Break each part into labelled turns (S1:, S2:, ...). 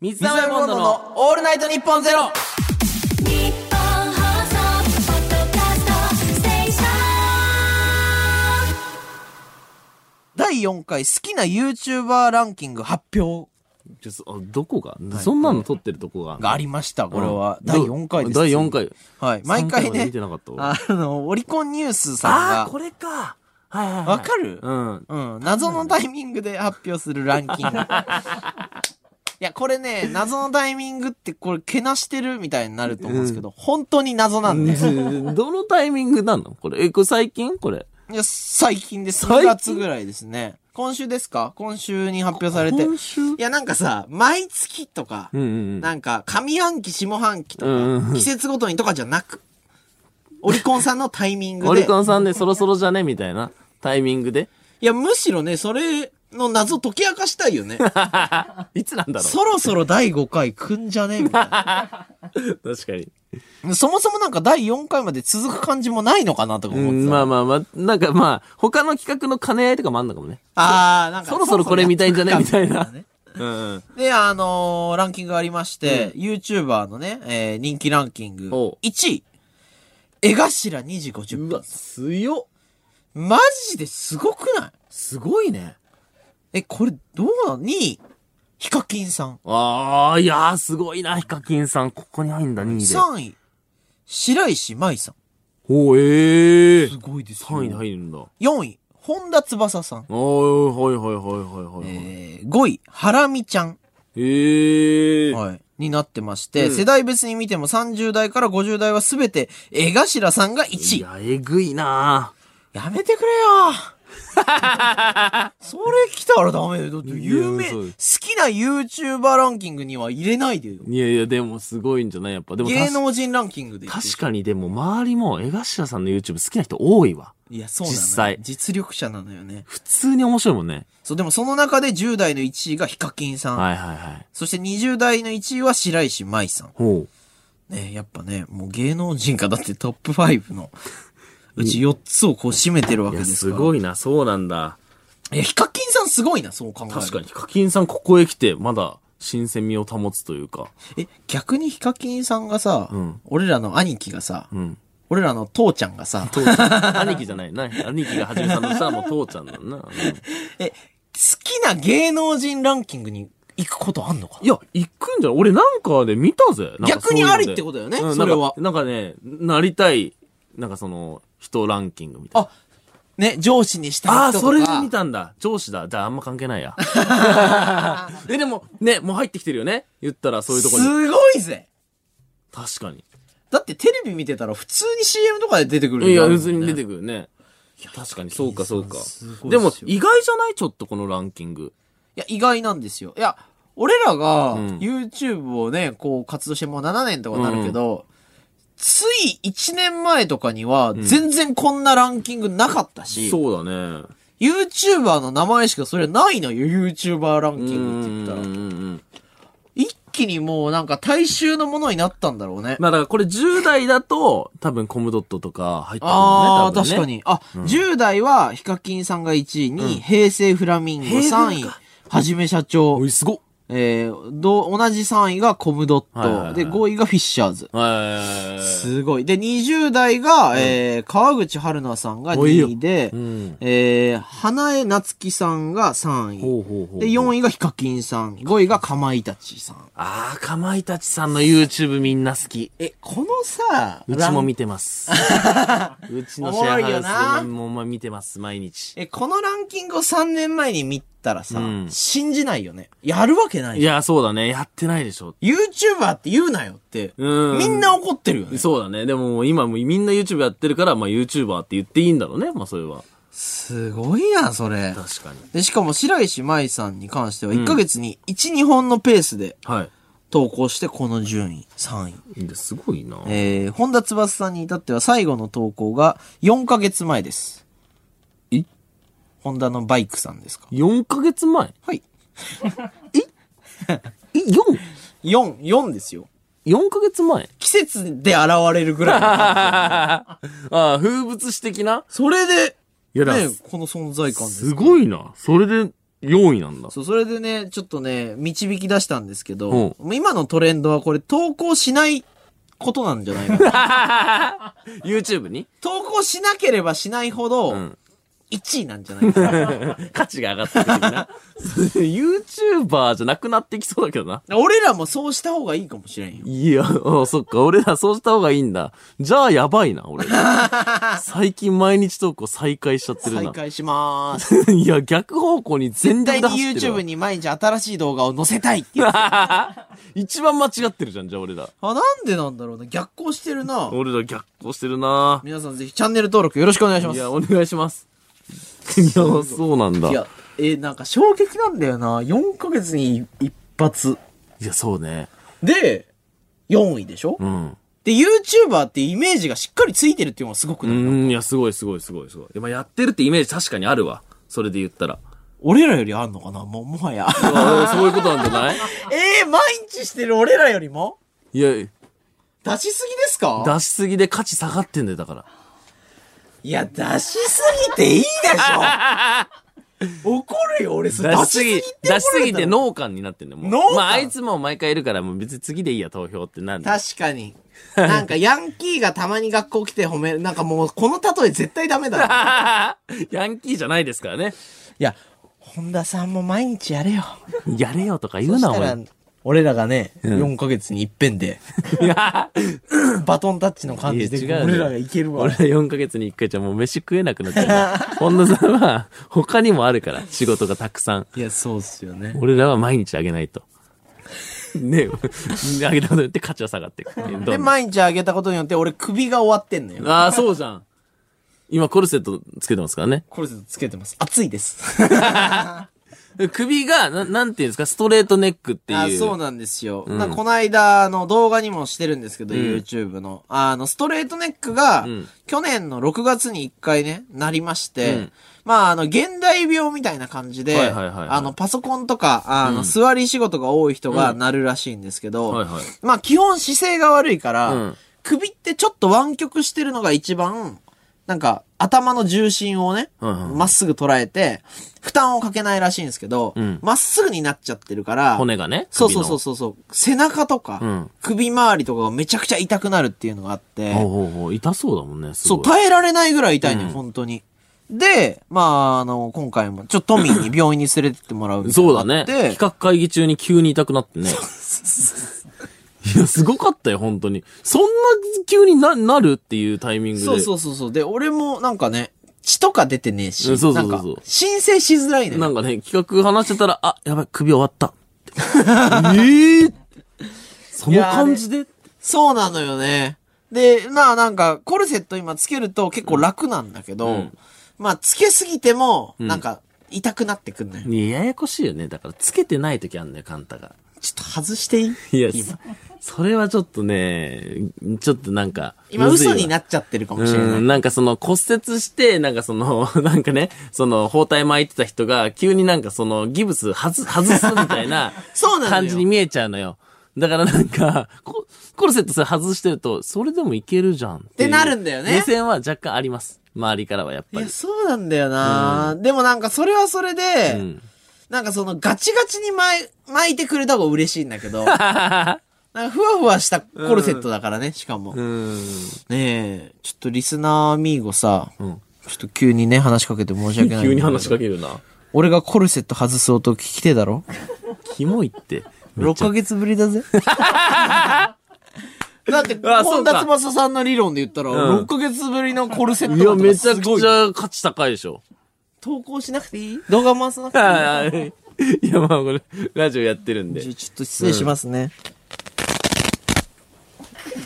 S1: 水
S2: 水
S1: 溜
S2: 溜
S1: り
S2: り
S1: ボ
S2: ボ
S1: ン
S2: ンド
S1: ドの
S2: のオールナイトニッポンゼロ
S3: 日本放送ポッドキャストステーション
S2: 第4回好きな YouTuber ランキング発表
S1: ちょそあどこが、そんなの撮ってるとこが。
S2: がありました。これは、
S1: うん
S2: 第4回です。
S1: 第4。回。
S2: はい。毎回
S1: 三まで
S2: ね
S1: 見て、なかった俺
S2: あの、オリコンニュースさ
S1: あー、
S2: んが
S1: こ、れか。はいはいはい。
S2: わかる
S1: うん。
S2: うん、謎のタイミングで発表するランキ ング。いや、これね、謎のタイミングって、これ、けなしてるみたいになると思うんですけど、本当に謎なんで。
S1: ずどのタイミングなのこれ。え、これ最近これ。
S2: いや、最近です。
S1: 最
S2: 2
S1: 近
S2: 月ぐらいですね。今週ですか今週に発表されて。い
S1: 今週
S2: や、なんかさ、毎月とか、
S1: うんうん
S2: なんか、上半期、下半期とか、
S1: うんうんうん
S2: 季節ごとにとかじゃなく、オリコンさんのタイミ
S1: う
S2: ン
S1: ん。
S2: グで。
S1: オリコンさんでそろそろじゃねみたいなタイミングで。
S2: いや、むしろね、それの謎解き明かしたいよね。
S1: いつなんだろ
S2: そろそろ第5回くんじゃねみた
S1: う確かに。
S2: いな。そもそもなんか第4回まで続く感じもないのかなとか
S1: う
S2: 思って
S1: ん、
S2: た。
S1: まあまあまあ、なんかまあ、他の企画の兼ね合いとかもあんのかもね。
S2: あー、なんか。
S1: そろそろこれ見たいんじゃねみたいな。うん。
S2: で、あのーランキングがありまして、YouTuber のね、えー人気ランキング、
S1: おう
S2: 1位、江頭2時50
S1: う
S2: 分
S1: わ、。強っ。
S2: マジですごくない
S1: すごいね。
S2: え、これどうなの ?2 位、ヒカキンさん。
S1: ああ、いやー、すごいな、ヒカキンさん。ここに入んだ、2位で。
S2: 3位、白石麻衣さん。
S1: おええ
S2: す
S1: ー。
S2: ごいですよ。
S1: 3位に入るんだ。
S2: 4位、本田翼さん。
S1: あー、はいはいはいはいはいはい。
S2: えー、5位、ハラミちゃん。
S1: ええー。
S2: はい。になってまして、
S1: うん
S2: 世代別に見ても30代から50代はすべて、江頭さんが1
S1: い
S2: 位。
S1: や、えぐいな
S2: やめてくれ よそれ来たらダメだよ。だって有名、
S1: いやそう
S2: 好きな YouTuber ランキングには入れないでよ。
S1: いやいや、でもすごいんじゃないやっぱ。でも
S2: 芸
S1: 確
S2: 能人ランキングで言ってる
S1: 確かにでも周りも江頭さんの YouTube 好きな人多いわ。
S2: いや、そうなのよ
S1: 実際
S2: 実力者なのよね。
S1: 普通に面白いもんね。
S2: そう、でもその中で10代の1位がヒカキンさん。
S1: はいはいはい。
S2: そして20代の1位は白石麻衣さん。
S1: ほう。
S2: ねやっぱね、もう芸能人がだってトップ5のうち4つをこう占めてるわ
S1: い
S2: け
S1: や、
S2: です
S1: す
S2: から。
S1: ごいな、そうなんだ。
S2: いや、ヒカキンさんすごいな、そう考えると
S1: 確かに、ヒカキンさんここへ来て、まだ、新鮮味を保つというか。
S2: え、逆にヒカキンさんがさ、
S1: ん
S2: 俺らの兄貴がさ、
S1: うん。
S2: 俺らの父ちゃんがさ、
S1: 父ちゃ ん。兄貴じゃない。な兄貴がはじめさんのさ、もう父ちゃんなんだな。うん
S2: え、好きな芸能人ランキングに行くことあんのか
S1: いや、行くんじゃない俺なんかで見たぜ。なんかそういうので
S2: 逆にありってことだよね
S1: うん
S2: それは
S1: なんか。なんかね、なりたい、なんかその、人ランキングみたいな。
S2: あ、ね、上司にしたい
S1: ああー、
S2: 人とか。
S1: それで見たんだ。上司だ。じゃああんま関係ない や。え、でも、ね、もう入ってきてるよね。言ったらそういうところに。
S2: すごいぜ
S1: 確かに。
S2: だってテレビ見てたら普通に CM とかで出てくる
S1: いや、
S2: 普
S1: 普
S2: 通
S1: 通に出てくるね。確かに、そうか、そうか
S2: すごいっす。よ
S1: でも、意外じゃないちょっとこのランキング。
S2: いや、意外なんですよ。いや、俺らが
S1: うん
S2: YouTube をね、こう活動してもう7年とかなるけど、つい1年前とかには全然こんなランキングなかったし、
S1: そうだね。
S2: YouTuber の名前しかそれないのよ、YouTuber ランキングって言ったら。
S1: うんうんうん
S2: 一気にもうなんか大衆のものになったんだろうね。
S1: まあだからこれ10代だと、多分コムドットとか入ってくる
S2: あ
S1: の
S2: あ、
S1: ね。多分ね
S2: 確か。に。あ、10代はヒカキンさんが1位に、平成フラミンゴ3位、はじめ社長
S1: お、い、すごっ。
S2: えー、ど、同じ3位がコムドット、
S1: はいはいはい
S2: で、5位がフィッシャーズ。
S1: え
S2: すごい。で、20代が、えー、川口春奈さんが
S1: おいよ
S2: 2位で、
S1: うん。
S2: えー、花江夏樹さんが3
S1: ほ
S2: 位。
S1: うほうほう。
S2: で、4位がヒカキンさん。5位がかまいたちさん。
S1: ああ、かまいたちさんの YouTube みんな好き。
S2: え、このさ、
S1: うちも見てます。うちのシェア
S2: おもろい
S1: ハ
S2: よな
S1: ウスももう見てます、毎日。
S2: え、このランキングを3年前に見たらさ、
S1: うん
S2: 信じないよね。やるわけない
S1: い
S2: じゃん。
S1: や、そうだね。やってないでしょ。
S2: YouTuber って言うなよって、
S1: うん
S2: みんな怒ってるよね。
S1: そうだね。でももう今もうみんな YouTube やってるから、まあ YouTuber って言っていいんだろうね。まあそれは。
S2: すごいな、それ。
S1: 確かに。
S2: で、しかも白石麻衣さんに関しては、1ヶ月に1、2本のペースで
S1: はい。
S2: 投稿して、この順位、3位。
S1: いやすごいな。
S2: えー、本田翼さんに至っては最後の投稿が4ヶ月前です。
S1: え
S2: 本田のバイクさんですか
S1: 4ヶ月前
S2: はい。
S1: え、4?4
S2: 4、4ですよ。
S1: ヶ月前
S2: 季節で現れるぐらいの感じ。
S1: ああ、風物詩的な
S2: それで、
S1: いやだ
S2: ね、この存在感です
S1: ごいな。それで、 4位なんだ。
S2: そう、それでね、ちょっとね、導き出したんですけど、
S1: うん
S2: もう今のトレンドはこれ投稿しないことなんじゃないかな。
S1: YouTube に、
S2: 投稿しなければしないほ
S1: う
S2: ど、
S1: ん、
S2: 1位なんじゃないかな。
S1: 価値が上がってくるな。YouTuber じゃなくなってきそうだけどな。
S2: 俺らもそうした方がいいかもしれんよ。
S1: いや、あそっか、俺らそうした方がいいんだ。じゃあ、やばいな、 俺ら。最近毎日投稿再開しちゃってる
S2: 再
S1: な。
S2: 開しまーす。
S1: いや、逆方向に全
S2: 絶対
S1: 力で
S2: に
S1: 走ってる
S2: YouTube
S1: わ。
S2: に毎日新しい動画を載せたいっていう。
S1: 一番間違ってるじゃ ん、じゃあ俺ら。
S2: あ、なんでなんだろうな。逆行してるな。
S1: 俺ら逆行してるな
S2: 皆さんぜひチャンネル登録よろしくお願いしま
S1: い
S2: す。
S1: や、お願いします。いや、 そうなんだ。
S2: い
S1: いや、
S2: や、えーなんか衝撃なんだよな。4ヶ月に一発。
S1: そうね。
S2: で、4位でしょ、
S1: うん。
S2: で、YouTuber ってイメージがしっかりついてるっていうのがすごく
S1: う
S2: ない、
S1: ん、いや、すごいすごいすごいすごい。でもやってるってイメージ確かにあるわ。それで言ったら。
S2: 俺らよりあんのかなもう、も はや。
S1: あそういうことなんじゃない
S2: えー、毎日してる俺らよりも
S1: いや、
S2: 出しすぎですか
S1: 出しすぎで価値下がってんだよ、だから。
S2: いや、出しすぎていいでしょ 怒るよ、俺、それ
S1: 出しすぎ、
S2: 怒ら
S1: 出しす
S2: れ
S1: ぎ
S2: たら
S1: て農家になってんだよ、もう。
S2: 農家
S1: まあ、あいつも毎回いるから、もう別に次でいいや、投票ってなんだ。
S2: 確かに。なんか、ヤンキーがたまに学校来て褒める。なんかもう、この例え絶対ダメだ な。
S1: ヤンキーじゃないですからね。
S2: いや、本田さんも毎日やれよ。
S1: やれよとか言うな、
S2: そしたら
S1: 俺。
S2: 俺らがね、
S1: ん
S2: 4ヶ月に一遍で、
S1: いや、
S2: バトンタッチの感じで
S1: いや違うよ
S2: 俺らがいけるわ
S1: 俺。4ヶ月に1回じゃもう飯食えなくなっちゃうな。本田さんは他にもあるから、仕事がたくさん。
S2: いや、そうっすよね。
S1: 俺らは毎日あげ ないと。ねえ、あげたことによって価値は下がっていく。ど
S2: で、
S1: んどん
S2: 毎日あげたことによって俺首が終わってんのよ。
S1: ああ、そうじゃん。今コルセットつけてますからね。
S2: コルセットつけてます。暑い です。
S1: 首が、ななんていうんですか、ストレートネックっていう。
S2: あそうなんですよ。なこの間、あの、動画にもしてるんですけど、YouTube の。あの、ストレートネックが、
S1: ん
S2: 去年の6月に1回ね、なりまして、
S1: うん
S2: まあ、あの、現代病みたいな感じで、
S1: はいはいはいはい
S2: あの、パソコンとか、あの、座り仕事が多い人がなるらしいんですけど、
S1: はいはい。
S2: まあ、基本姿勢が悪いから、
S1: うん
S2: 首ってちょっと湾曲してるのが一番、なんか、頭の重心をね、
S1: うんうんうん
S2: まっすぐ捉えて、負担をかけないらしいんですけど、
S1: うん
S2: まっすぐになっちゃってるから、
S1: 骨がね。
S2: そうそうそ
S1: そ
S2: うそうそう。背中とか、
S1: うん
S2: 首周りとかがめちゃくちゃ痛くなるっていうのがあって、
S1: ほうほうほう。痛そうだもんね。す
S2: そ
S1: ご
S2: う、
S1: い。
S2: 耐えられないぐらい痛いね、
S1: うん
S2: 本当に。で、まあ、あの、今回も、ちょっとトミーに病院に連れてってもらうみたいな
S1: そう
S2: のが
S1: だ
S2: あ
S1: ね
S2: っ。て
S1: 企画会議中に急に痛くなって ね。いや、すごかったよ、本当に。そんな急にな、なるっていうタイミングで。
S2: そうそうそうそう。で、俺もなんかね、血とか出てねえし、
S1: うんそうそうそうそう
S2: なんか、申請しづらいね。
S1: なんかね、企画話してたら、あ、やばい、首終わ った。ええその感じで
S2: そうなのよね。で、まあなんか、コルセット今つけると結構楽なんだけど、
S1: うん
S2: まあつけすぎても、
S1: ん
S2: なんか、痛くなってくんのよ。
S1: いやややこしいよね。だから、つけてない時あんだよ、カンタが。
S2: ちょっと外していい
S1: いや、
S2: 今
S1: そそれはちょっとね、ちょっとなんか。
S2: 今
S1: むずい
S2: 嘘
S1: わ
S2: になっちゃってるかもしれな
S1: う
S2: い。
S1: ん、なんかその骨折して、なんかその、 なんかね、その包帯巻いてた人が、急になんかそのギブス外す、外すみたいな
S2: そうなのよ
S1: 感じに見えちゃうのよ。だからなんか、ココルセットそれ外してると、それでもいけるじゃんっい
S2: って
S1: う
S2: なるんだよね
S1: 目線は若干あります。周りからはやっ
S2: い
S1: ぱり
S2: や、。そうなんだよな、でもなんかそれはそれで、
S1: うん
S2: なんかそのガチガチに巻い巻いてくれた方が嬉しいんだ けど、なんかふわふわしたコルセットだからね、しかも。ね
S1: うん。
S2: え、ちょっとリスナーアミーゴさ、
S1: ん
S2: ちょっと急にね、話しかけて申し訳ない。
S1: 急に話しかけるな。
S2: 俺がコルセット外す音聞きてえだろ
S1: キモいって。めっ
S2: ?6
S1: ちゃ
S2: ヶ月ぶりだ ぜ。だって、
S1: あそ
S2: 本
S1: うか
S2: 田翼さんの理論で言ったら、
S1: うん
S2: 6ヶ月ぶりのコルセッ
S1: い
S2: ト
S1: や、
S2: 音
S1: め
S2: が
S1: ちゃ
S2: す
S1: く
S2: ごい
S1: ちゃ価値高いでしょ。
S2: 投稿しなくていい動画回さなくてい
S1: はいい
S2: い
S1: や、まあこれ、ラジオやってるんで
S2: じゃ。あちょっと失礼しますね。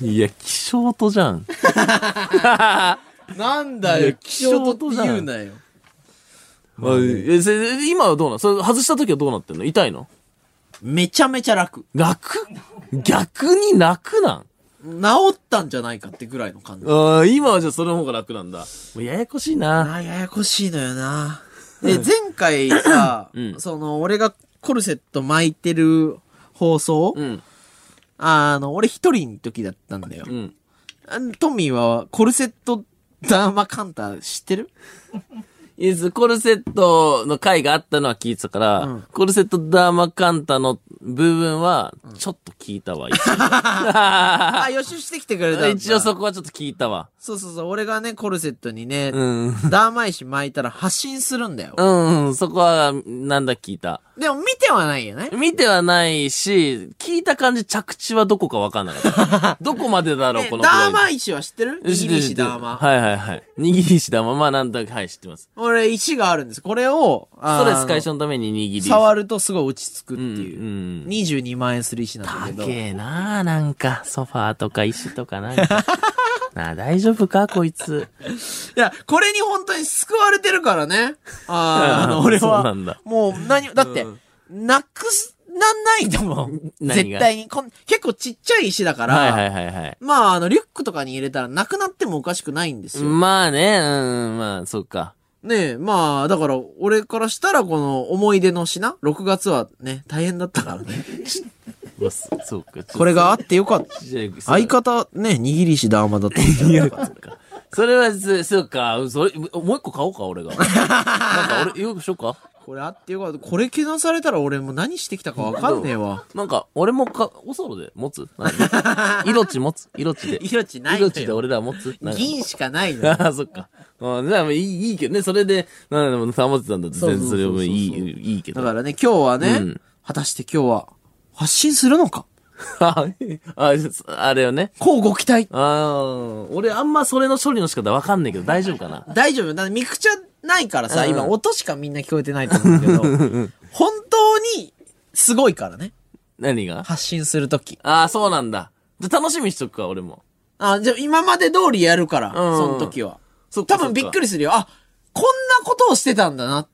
S1: いや、希少とじゃん。
S2: なんだ
S1: いや気象とって言うな
S2: よ。
S1: まあ、えそれ今はどうなんそれ外した時はどうなってんの痛いの
S2: めちゃめちゃ楽。
S1: 楽 逆に楽なん
S2: 治ったんじゃないかってぐらいの感じ。
S1: ああ、今はじゃあその方が楽なんだ。もうややこしいな。
S2: あ、ややこしいのよな。で、前回さ、
S1: うん
S2: その、俺がコルセット巻いてる放送、
S1: うん、
S2: あの、俺一人の時だったんだよ
S1: う。ん。
S2: あトミーはコルセットダーマカンタ知ってる
S1: いいです。コルセットの回があったのは聞いてたから、
S2: うん
S1: コルセットダーマカンタの部分は、ちょっと聞いたわ、 一応
S2: あ、予習してきてくれたん
S1: あ
S2: だ。
S1: 一応そこはちょっと聞いたわ。
S2: そうそうそう、俺がね、コルセットにね、
S1: うん。うん
S2: ダーマ石巻いたら発信するんだよ。
S1: うん、そこは、なんだ聞いた。
S2: でも見てはないよね。
S1: 見てはないし、聞いた感じ着地はどこかわかんなか った。どこまでだろう、
S2: ね
S1: この
S2: ダ
S1: フレー
S2: ー
S1: ズ
S2: マ石は知って
S1: 知
S2: る握
S1: って
S2: り
S1: る
S2: 石ダーマ。
S1: 知ってるはいはいはい。握り石ダーマ。まあなんだか、はい、知ってます。
S2: 俺、石があるんです。これを、
S1: ス
S2: あ
S1: ト
S2: の
S1: レス解消のために握り。
S2: 触るとすごい落ち着くっ
S1: う
S2: て
S1: んう
S2: いう。
S1: ん。
S2: 22万円する石なんだけど
S1: 高。えなあなんか、ソファーとか石とかなん か。なあ、大丈夫かこいつ。
S2: いや、これに本当に救われてるからね。あーあの、俺
S1: そう
S2: は。
S1: なんだ
S2: もう何、だって、なくす、なんないと思う。
S1: 何
S2: 絶
S1: が
S2: 対にこん。結構ちっちゃい石だから、
S1: はいはいはいはい。
S2: まあ、あの、リュックとかに入れたらなくなってもおかしくないんですよ。
S1: まあね、うん、まあ、そうか。
S2: ねえ、まあ、だから、俺からしたらこの思い出の品 ?6 月はね、大変だったからね。
S1: うわそそうか。
S2: これがあってよかった。相
S1: 相
S2: 方、ね、握り石ダーマだったんじゃないかとか。
S1: それは、そそうか。それ、もう一個買おうか、 俺が。なんか、俺、よくしようか。
S2: これあってよかった。これけなされたら俺もう何してきたかわかんねえわ。
S1: なんか、俺もか、おそろで持つなんか命持つ命で。
S2: 命ないのよ
S1: 命で俺ら持つなんか
S2: 銀しかない のよ。
S1: ああ、そっか。あじゃあ、いい、いいけどね。それで、なんでも保ってたんだって、
S2: そう
S1: 全
S2: そ
S1: 然そ
S2: うそうそ
S1: うれもいい、いいけ
S2: だ
S1: ど。
S2: からね、今日はね、
S1: うん
S2: 果たして今日は発信するのか
S1: あ、ああれよね。
S2: こうご期待。
S1: ああ、俺あんまそれの処理の仕方わかんないけど、大丈夫かな。
S2: 大丈夫だってミクチャないからさ、
S1: うん
S2: 今音しかみんな聞こえてないと思うけ ど、本当にすごいからね。
S1: 何が
S2: 発信するとき。
S1: ああ、そうなんだ。で楽しみにしとくか、俺も。
S2: あ、じゃあ今まで通りやるから、
S1: ん
S2: その時は。
S1: そっか
S2: 多分びっく
S1: り。
S2: りするよ。あ、こんなことをしてたんだなって。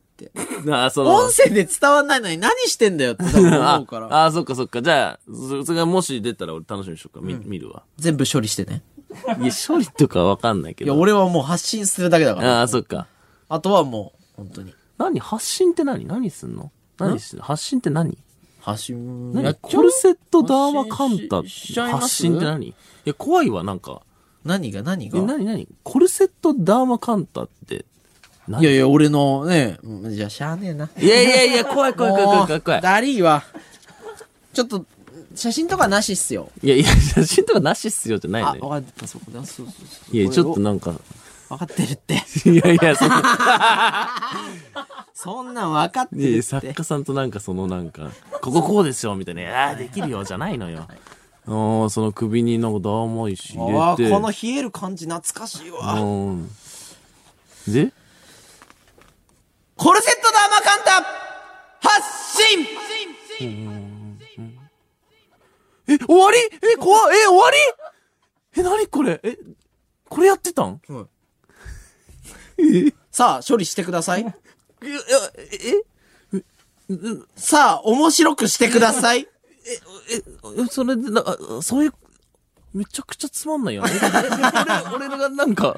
S1: ああ、その。
S2: 音声で伝わんないのに何してんだよって多分思うから。
S1: ああ、そっかそっか。じゃあ、そそれがもし出たら俺楽しみにしとくか。み、見るわ。
S2: 全部処理してね。
S1: いや、処理とかわかんないけ
S2: いや、
S1: ど。
S2: 俺はもう発信するだけだから。
S1: ああ、そっか。
S2: あとはもう、本当に。
S1: 何発信って何何すんの何する発信って何
S2: 発信、や
S1: 何
S2: っちゃ
S1: コ
S2: う
S1: ルセットダーマカンタ
S2: 発信ししちゃいます
S1: 発信って何いや、怖いわ、なんか。
S2: 何が何
S1: え、
S2: が
S1: 何何コルセットダーマカンタって。何
S2: いやいや、俺のね、うんじゃあしゃあね えな。
S1: いやいやいや、怖い怖い怖い怖い怖い怖
S2: もう
S1: い。
S2: ダリーは、ちょっと、写真とかなしっすよ。
S1: いやいや、写真とかなしっすよじゃない
S2: あ、
S1: ね。
S2: わかった、そうだ、そうそうそう。
S1: いや、ちょっと
S2: こ
S1: なんか。
S2: れを。わかってるって。
S1: いやいや、その、
S2: そんなんわかって
S1: い
S2: る
S1: や
S2: っ
S1: 作
S2: て。
S1: 家さんとなんかそのなんか、こここうですよ、みたいな。ああー、できるよ、じゃないのよ。あーその首になんかダーマ石
S2: あ
S1: 入
S2: あ、こ
S1: れて。
S2: の冷える感じ懐かしいわ。
S1: うん。で
S2: コルセットダーマカンタ発信
S1: え、終わりえ、怖っえ、終わりえ、なにこれえ、これやってたん
S2: さあ、処理してください。
S1: え、
S2: さあ、面白くしてくださ い。
S1: え、それで、なあそういう、めちゃくちゃつまんないよね。え俺、俺がなんか、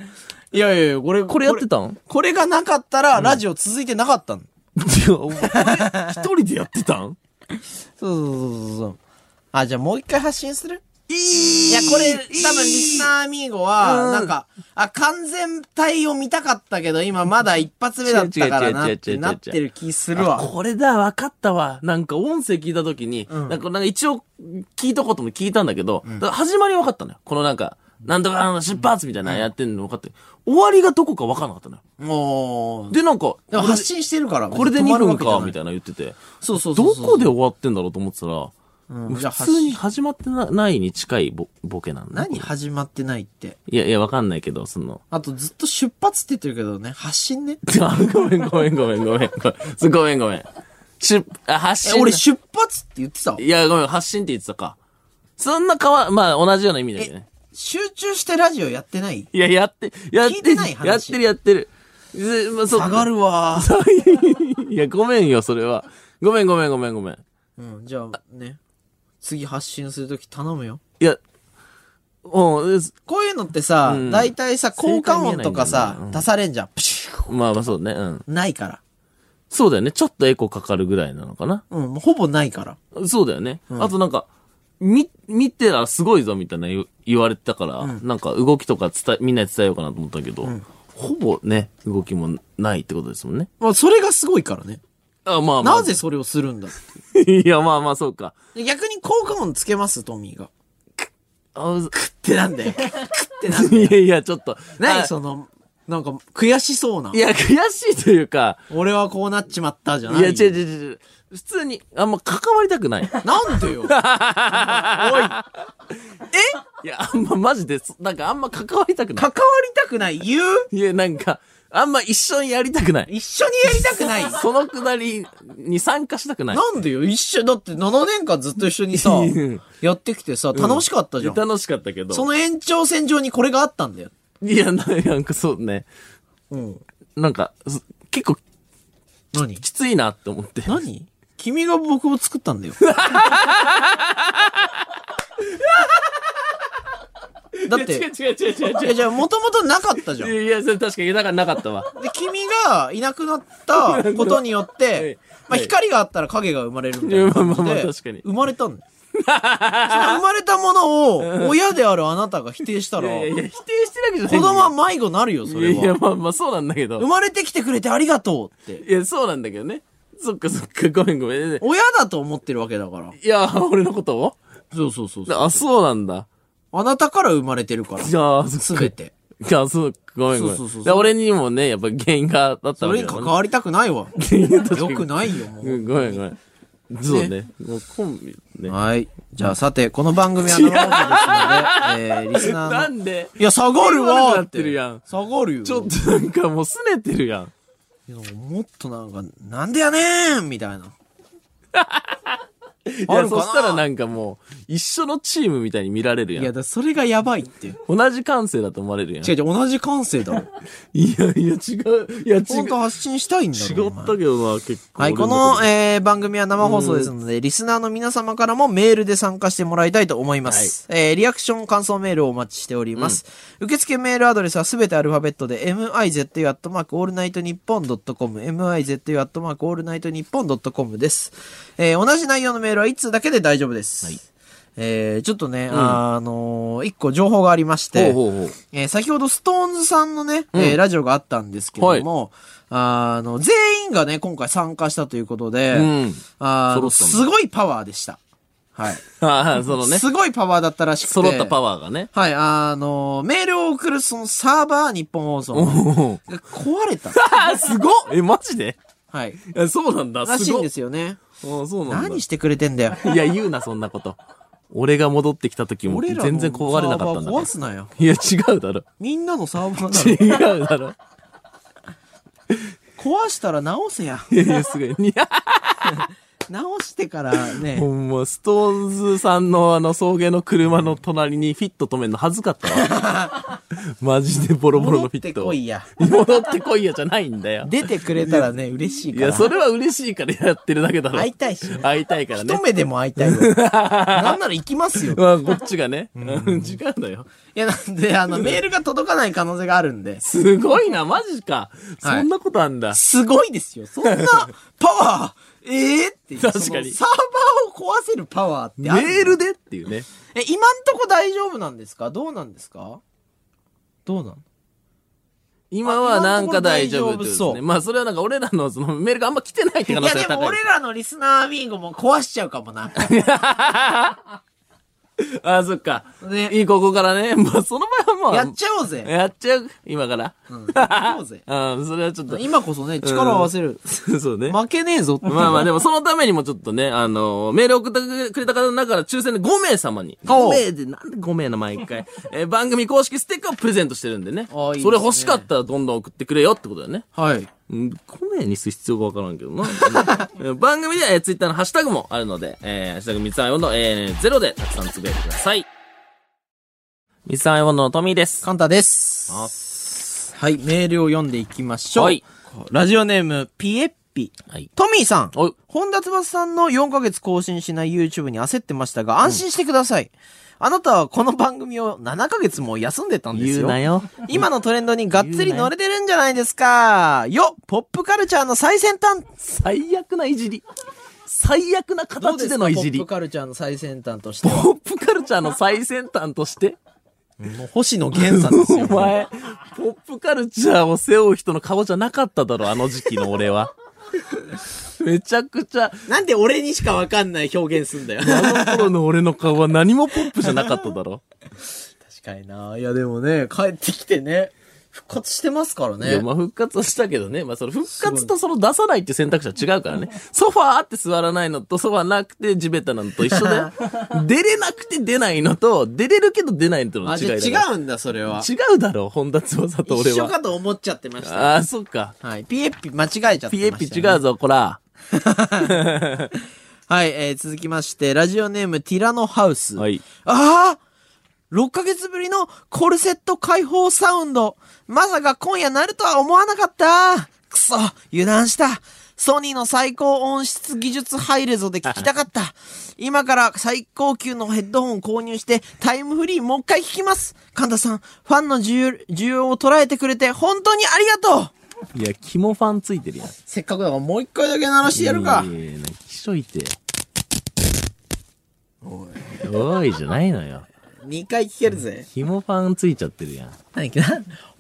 S2: いやいやいや、これ、
S1: これやってたん
S2: これがなかったら、ラジオ続いてなかったの。
S1: いやお前一人でやってたん
S2: そうそうそうそう。あ、じゃあもう一回発信する
S1: い
S2: いや、これ、多分リス
S1: ー。
S2: ナーアミーゴは、
S1: うん
S2: なんか、あ、完全体を見たかったけど、今まだ一発目だったからな
S1: 違う違う違う違う違う
S2: ってなってる気するわ。
S1: これだ、わかったわ。なんか音声聞いたときに、
S2: ん
S1: なんかなんか一応聞いたことも聞いたんだけど、だから始まりわかったのよ。このなんか、なんとかの出発みたいなのやってんの分かって、終わりがどこかわからなかったのよ。
S2: もう、
S1: で、なんか、
S2: でも
S1: これ
S2: 発信してるから。
S1: これで
S2: 止
S1: 2
S2: まるわ
S1: 分
S2: けじゃ
S1: か、
S2: な
S1: みたいな言ってて、
S2: そうそうそう
S1: ど
S2: そう。
S1: こで終わってんだろうと思ってたら、
S2: うんじゃあ
S1: 普通に始まってなないに近いボボケなんだ。
S2: 何始まってないって。
S1: いやいや、わかんないけど、その、
S2: あとずっと出発って言ってるけどね、発信ね。
S1: あごめんごめんごめんごめん。ごめんごめん。しゅ、あ、発
S2: え、
S1: 信。
S2: 俺出発って言ってた
S1: いや、ごめん、発信って言ってたか。そんな変わ、まあ、同じような意味だけどね。
S2: 集中してラジオやってない
S1: いや、やって、やって、
S2: 聞いてない話
S1: やってるやってる。ずまあ、そう
S2: 下が。るわー。
S1: いや、ごめんよ、それは。ごめんごめんごめんごめん。
S2: うん、じゃあね、次発信するとき頼むよ。
S1: いや、うん、です
S2: こういうのってさ、
S1: うん
S2: 大体さ、効果音と
S1: 正解見えないんだ
S2: かさ
S1: よ、ねうん
S2: 出されんじゃん。プシュ
S1: まあまあそうね、うん。
S2: ーないから。
S1: そうだよね、ちょっとエコかかるぐらいなのかな。
S2: うん、もうほぼないから。
S1: そうだよね。あとなんか、み、見てたらすごいぞみたいな言う言われてたから、なんか動きとか伝え、みんなに伝えようかなと思ったけど、ほぼね、動きもないってことですもんね。
S2: まあ、それがすごいからね。
S1: あまあまあ。
S2: なぜそれをするんだっ て
S1: いや、まあまあ、そうか。
S2: で逆に効果音つけます、トミーが。っ
S1: あず
S2: てなんだよ。ってなんだ よ。
S1: いやいや、ちょっと。
S2: 何
S1: あ。
S2: その、なんか悔しそうない
S1: や、悔しいというか、
S2: 俺はこうなっちまったじゃない
S1: いや、違う違う違う。普通に、あんま関わりたく ない。
S2: なんで
S1: い
S2: よ。
S1: や、あんまマジで、そなんかあんま関わりたくな
S2: 関わりたくない言う
S1: い。いや、なんか、あんま一緒にやりたくない。
S2: 一緒にやりたく ない
S1: そのくだりに参加したくない。
S2: なんでよ一緒、だって7年間ずっと一緒にさ
S1: うん、
S2: やってきてさ、楽しかったじゃん。
S1: 楽しかったけど。
S2: その延長線上にこれがあったんだよ。
S1: いや、ななんかそうね。
S2: うん。
S1: なんか、そ結構
S2: 何
S1: きついなって思って。
S2: 何君が僕を作ったんだ よ。だっ
S1: いや違
S2: て、
S1: う違う違う違う
S2: いやじゃあもともとなかったじゃん。
S1: 違
S2: で、
S1: う。いや、それ確かに、だからなかったわ。
S2: 君がいなくなったことによっ
S1: はい
S2: て、まあ
S1: はい
S2: 光があったら影が生まれるみたいな感
S1: いやま
S2: じ
S1: あまあま
S2: で
S1: あ確かに
S2: 生まれた んだよ。その生まれたものを親であるあなたが否定した
S1: い
S2: ら、
S1: やいやいや、否定してるわけじゃない
S2: 子
S1: んだ
S2: 供は迷子になるよ、それ
S1: いやいや、
S2: は。
S1: まあまあ、そうなんだけど
S2: 生。まれてきてくれてありがとうって。
S1: いや、そうなんだけどね。そっかそっか、ごめんごめん。い
S2: 親だと思ってるわけだから。
S1: や、俺のことを
S2: そうそうそうそう。
S1: あ、そうなんだ。
S2: あなたから生まれてるから。
S1: じゃあ、
S2: す
S1: そっか
S2: べ。て。
S1: いや、そう、ごめんごめん。
S2: そうそうそうそう
S1: で俺にもね、やっぱ原因があった
S2: そ
S1: わ
S2: れ
S1: け
S2: に
S1: だ
S2: 関
S1: もんね
S2: わりたくないわ。よくないよ、も
S1: うん
S2: う。
S1: ごめんごめん。そうね。もうコンビね。
S2: はい。じゃあ、さて、この番組は生放送です ので、えー、リスナ
S1: な
S2: ーの。
S1: んで
S2: いや、下がるわー
S1: なってるやん
S2: 下がるよ。
S1: ちょっとなんかもう拗ねてるやん。
S2: いやもっとなんか、なんでやねんみたいな。
S1: い
S2: あ
S1: や、
S2: るかな
S1: そしたらなんかもう、一緒のチームみたいに見られる
S2: い
S1: や
S2: や、
S1: ん。
S2: だそれがやばいって。違う
S1: 同じ感性だと思われるやん。
S2: 違う、同じ感性だろ。
S1: いやいや、違う。いや、違う。
S2: 本当発信したいんだろ。
S1: 違
S2: お
S1: っ
S2: 前
S1: たけどな、結構。
S2: はい、こ
S1: 俺
S2: の、
S1: こと
S2: えー番組は生放送ですので、リスナーの皆様からもメールで参加してもらいたいと思います。えーリアクション、感想メールをお待ちしております。受付メールアドレスはすべてアルファベットで、mizu.allnightnippon.com、mizu.allnightnippon.com です。えー同じ内容のメールは1通だけで大丈夫です。
S1: はい
S2: えーちょっとね、あのー一個情報がありまして、
S1: ほうほうほう。
S2: えー先ほどストーンズさんのね、えーラジオがあったんですけども、あの、全員がね、今回参加したということで、
S1: うん。
S2: あの
S1: 揃ったんだ
S2: すごいパワーでした。はい。
S1: ああ、そのね。
S2: すごいパワーだったらしくて。
S1: 揃ったパ
S2: ワ
S1: ワ
S2: ー。
S1: ーがね。
S2: はい、あの、メールを送るそのサーバー、日本放送の
S1: お
S2: が壊れた。
S1: あ、すごっ え、マジで
S2: はい。
S1: いやそうなんだ、
S2: らし
S1: す
S2: いん
S1: ごっ
S2: ですよね。
S1: あそうなんだ。
S2: 何してくれてんだよ。
S1: いや、言うな、そんなこと。俺が戻ってきた時も
S2: 俺らの
S1: 全然壊れなかったんだ
S2: サ
S1: か
S2: ーバー
S1: ら
S2: 壊。すなよ。
S1: いや、違うだろ。
S2: みんなのサー バーなの。
S1: 違うだろ。
S2: 壊したら直せや。
S1: いやいや、すごい。いや、
S2: 直してから ね。
S1: ほんま、ストーンズさんのあの、送迎の車の隣にフィット止めるの恥ずかったわ。 マジでボロボロ
S2: 戻
S1: の
S2: っ
S1: フィッ
S2: て
S1: ト。
S2: こいや。
S1: 戻ってこいやじゃないんだよ。
S2: 出てくれたらね、嬉しい
S1: い
S2: から。
S1: や、それは嬉しいからやってるだけだろ。
S2: 会いたいし ね。
S1: 会いたいからね
S2: 一。目でも会いたいわ。なんなら行きますよ。
S1: まあ、こっちがね。うん、 違うのよ。
S2: いや、なんで、あの、メールが届かない可能性があるんで。
S1: すごいな、マジか。
S2: はい
S1: そんなことあんだ。
S2: すごいですよ。そんな、パワー、ええっていう。
S1: 確かに
S2: そのサーバーを壊せるパワーってある
S1: メールでっていうね。
S2: え、今んとこ大丈夫なんですかどうなんですかどうなん
S1: 今はなんか大丈夫ってことです
S2: あ今のところ大丈夫
S1: ね。
S2: そう
S1: まあ、それはなんか俺らのそのメールがあんま来てないって可
S2: い
S1: 能
S2: や、
S1: 性
S2: で
S1: が
S2: も
S1: 高い。
S2: 俺らのリスナービンゴも壊しちゃうかもな。
S1: ああ、そっか。
S2: ね
S1: いい、ここからね。まあ、その場合はまあ、
S2: やっちゃお うぜ。
S1: やっちゃう。今から。
S2: うんやっちゃおうぜ。
S1: うん、それはちょっと。
S2: 今こそね、力を合わせる。
S1: そうね。ま
S2: 負けねえぞって。
S1: あまあ、でもそのためにもちょっとね、あのメール送ってくれた方の中から抽選で5名様に。5
S2: おう
S1: 名で、なんで5名な毎回。 えー番組公式ステッカーをプレゼントしてるんでね。
S2: ああいいですね
S1: それ欲しかったらどんどん送ってくれよってことだよね。
S2: はい。
S1: うん、5名にする必要がわからんけ どな。うん番組では、えー、ツイッターのハッシュタグもあるので、えー、ハッシュタグ三つあの、えー、ゼロでたくさんつぶやいてください。三つあのトミーです。
S2: カンタです。
S1: あ
S2: はい、メールを読んでいきましょう。
S1: はい
S2: ラジオネーム、ピエッピ。
S1: はい。
S2: トミーさん。
S1: おい
S2: 本田翼さんの4ヶ月更新しない YouTube に焦ってましたが、安心してください。あなたはこの番組を7ヶ月も休んでたんです
S1: 言う
S2: よ。
S1: なよ。
S2: 今のトレンドにがっつり乗れてるんじゃないですか。よポップカルチャーの最先端
S1: 最悪ないじり。最悪な形でのいじり。
S2: ポップカルチャーの最先端として。
S1: ポップカルチャーの最先端として
S2: もう星野源さん ですよ。
S1: お前、ポップカルチャーを背負う人の顔じゃなかっただろ、あの時期の俺は。めちゃくちゃ、
S4: なんで俺にしかわかんない表現すんだよ。
S1: あの頃の俺の顔は何もポップじゃなかっただろ。
S4: 確かにな。いや、でもね、帰ってきてね、復活してますから
S1: いや、
S4: ね。
S1: まあ復活はしたけどね。まあその復活とその出さないっていう選択肢は違うからね。ソファーあって座らないのとソファーなくて地べたなのと一緒だ よ。出れなくて出ないのと、出れるけど出ないのとの
S4: あ、
S1: 違
S4: じゃあ
S1: いだ
S4: 違
S1: から
S4: うんだ、それは。
S1: 違うだろ、本田翼と俺
S4: 一緒
S1: は。
S4: かと思っちゃってました。
S1: ああ、そっか。
S2: はい。ピエッピ間違えちゃってました、ね。
S1: ピエピ違うぞ、こら。
S2: はい、えー、続きまして、ラジオネームティラノハウス。
S1: はい。
S2: ああ !6 ヶ月ぶりのコルセット解放サウンド。まさか今夜なるとは思わなかった。くそ、油断した。ソニーの最高音質技術ハイレゾで聞きたかった。今から最高級のヘッドホンを購入してタイムフリーもう一回聞きます。神田さん、ファンの需要需要を捉えてくれて本当にありがと
S1: いや、キモファンついてるやん。
S4: せっかくだからもう一回だけ鳴らしてやるか。
S1: いやいやいや泣きしといて。おい。おいじゃないのよ。
S4: 二回聞けるぜ。
S1: キモファンついちゃってるやん。
S4: 何な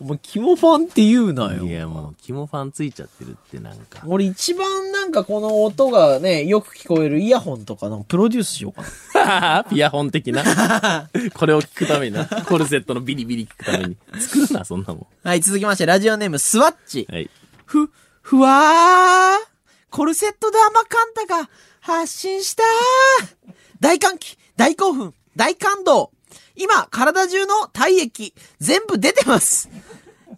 S4: お前、キモファンって言うないよ。
S1: や、もう、キモファンついちゃってるってなんか。
S4: 俺一番なんかこの音がね、よく聞こえるイヤホンとかのプロデュースしようかな。
S1: ピアホン的な。 これを聞くためにな。コルセットのビリビリ聞くために。作るな、そんなも
S2: はい、続きまして、ラジオネームスワッチ。
S1: ん。はい。
S2: ふ、ふわーコルセットダーマカンタが発信したー大歓喜、大興奮、大感動今、体中の体液、全部出てます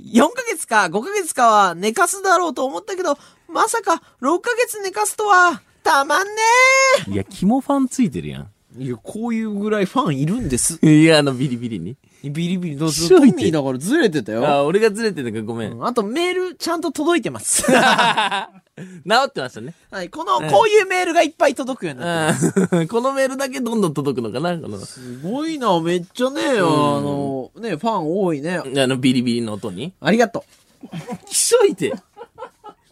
S2: 4ヶ月か5ヶ月かは寝かすだろうと思ったけど、まさか6ヶ月寝かすとは、たまんね
S1: いや、キモファンついてるや
S4: いや、こういうぐらいファンいるんです。
S1: ん。いや、あの、ビリビリに。
S4: ビリビリどうす
S1: し
S4: る
S1: ょ
S4: ト
S1: いて
S4: ミーだからずれてたよ。
S1: あ、俺がずれてるからごめん。治
S2: あとメールちゃんと届いてます。
S1: ってましたね。
S2: はい、この、こういうメールがいっぱい届くようになってます
S1: うんこのメールだけどんどん届くのかなこの、
S4: すごいな、めっちゃね、あの、ね、ファン多いね。
S1: あの、ビリビリの音に。
S4: ありがと
S1: きしょいて。
S4: う。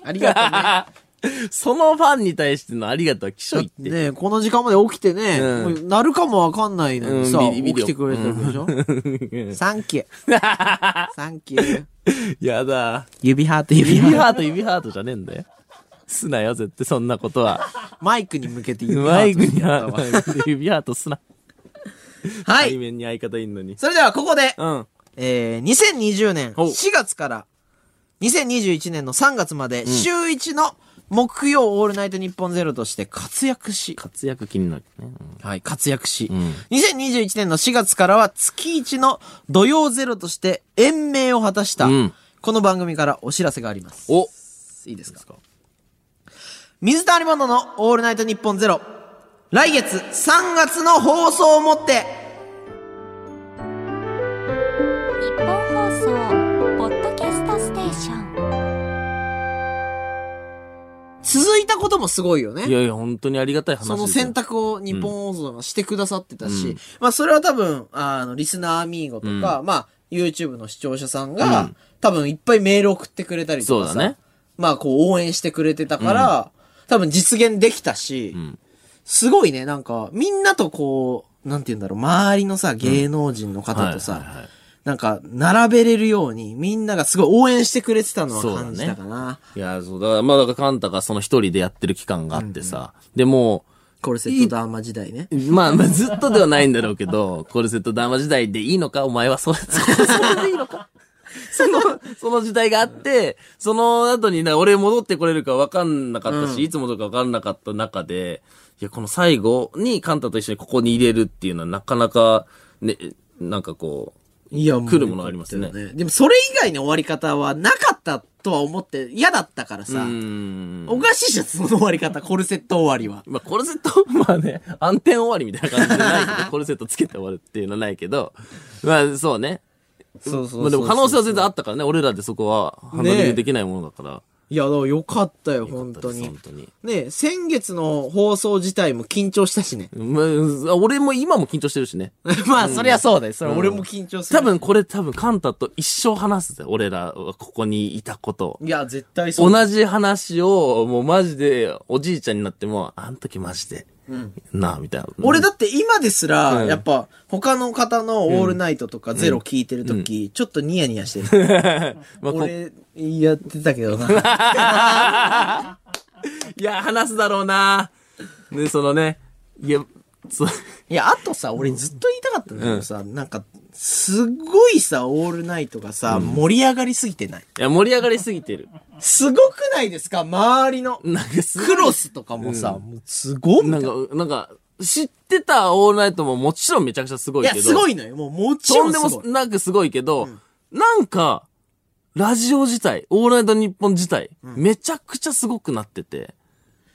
S4: ありがと うね。
S1: そのファンに対してのありがとうはきしょいって。
S4: ねこの時間まで起きてね、
S1: うん
S4: もうなるかもわかんないのにさ、
S1: うんビリビリ
S4: 起きてくれてるでしょ、
S2: サンキュー。サンキュー。
S1: やだ。
S2: 指ハート、指ハー
S1: 指
S2: ト。
S1: ハート、指ハートじゃねえんだよ。すなよ、絶対そんなことは。
S2: マイクに向けて指ハ
S1: マイ
S2: ー
S1: ク
S2: ト。
S1: にハート、指ハートすな。
S2: は
S1: 対
S2: い。
S1: 面に相方いんのに。
S2: それではここで、
S1: うん。
S2: えー、2020年
S1: ほう
S2: 4月から2021年の3月まで週1の木曜オールナイトニッポンゼロとして活躍し、
S1: 活躍気になるね。
S2: はい、活躍し、
S1: ん
S2: 2021年の4月からは月1の土曜ゼロとして延命を果たした、
S1: うん
S2: この番組からお知らせがあります。
S1: お
S2: いいですか水溜りボンドのオールナイトニッポンゼロ。来月3月の放送をもって、
S3: 日本放送ポッドキャストステーション
S2: 続いたこともすごいよ
S1: い
S2: ね。
S1: やいや、本当にありがたい話です
S2: そ
S1: よ
S2: の選択を日本放送がしてくださってたし、
S1: うん
S2: まあそれは多分、あの、リスナーアミーゴとか、まあ YouTube の視聴者さんが、多分いっぱいメール送ってくれたりとかさ、
S1: そうだね
S2: まあこう応援してくれてたから、多分実現できたし、
S1: ん
S2: すごいね、なんかみんなとこう、なんて言うんだろう、周りのさ、芸能人の方とさ、
S1: はいはいはい
S2: なんか、並べれるように、みんながすごい応援してくれてたのは
S1: そうだね
S2: 感じたかな。
S1: いや、そう、だから、まあ、だから、カンタがその一人でやってる期間があってさ、で、も
S2: コルセットダーマ時代ね。
S1: う、まあ、まあ、ずっとではないんだろうけど、コルセットダーマ時代でいいのかお前はそれ、それそれでいいのかその、その時代があって、その後にな、俺戻ってこれるか分かんなかったし、いつもとか分かんなかった中で、いや、この最後にカンタと一緒にここに入れるっていうのはなかなか、ね、なんかこう、
S2: いや、も
S1: 来るものありますね
S2: でも、それ以外の終わり方はなかったとは思って、嫌だったからさ
S1: う。ん。
S2: おかしいじゃん、その終わり方。コルセット終わりは。
S1: まあ、コルセット、まあね、暗転終わりみたいな感じじゃないけど、コルセットつけて終わるっていうのはないけど、まあ、そうね。
S2: そうそ
S1: まあでも可能性は全然あったからね、俺らでそこはハンドリングできないものだから。
S2: いや、だからよかったよ、本当に
S1: 本。当に。
S2: ねえ先月の放送自体も緊張したしね。
S1: まあ、俺も今も緊張してるしね。
S2: まあ、そりゃそうだよ。それ俺も緊張する。
S1: 多。分これ多分カンタと一生話すぜ、俺らはここにいたこと。
S2: いや、絶対そう。
S1: 同じ話を、もうマジで、おじいちゃんになっても、あの時マジで、なあ、みたいな。
S2: 俺だって今ですら、
S1: うん
S2: やっぱ、他の方のオールナイトとかゼロ聞いてるとき、ちょっとニヤニヤしてる。
S1: まあ、こ
S2: 俺、やってたけどな。
S1: いや、話すだろうな。で、そのね、いや、そう、
S2: いや、あとさ、俺ずっと言いたかったんだけどさ、なんか、すごいさ、オールナイトがさ、盛り上がりすぎてない。
S1: いや、盛り上がりすぎてる。
S2: すごくないですか周りの。
S1: なんかすごい
S2: クロスとかもさ、もうすごっみた
S1: ない
S2: な。い
S1: んか、なんか、知ってたオールナイトももちろんめちゃくちゃすごい
S2: や、
S1: けど。
S2: すごいのよ。もう、もちろ
S1: とん
S2: ん
S1: です
S2: ご
S1: も
S2: い。
S1: なくすごいけど、なんか、ラジオ自体、オールナイト日本自体、めちゃくちゃすごくなってて、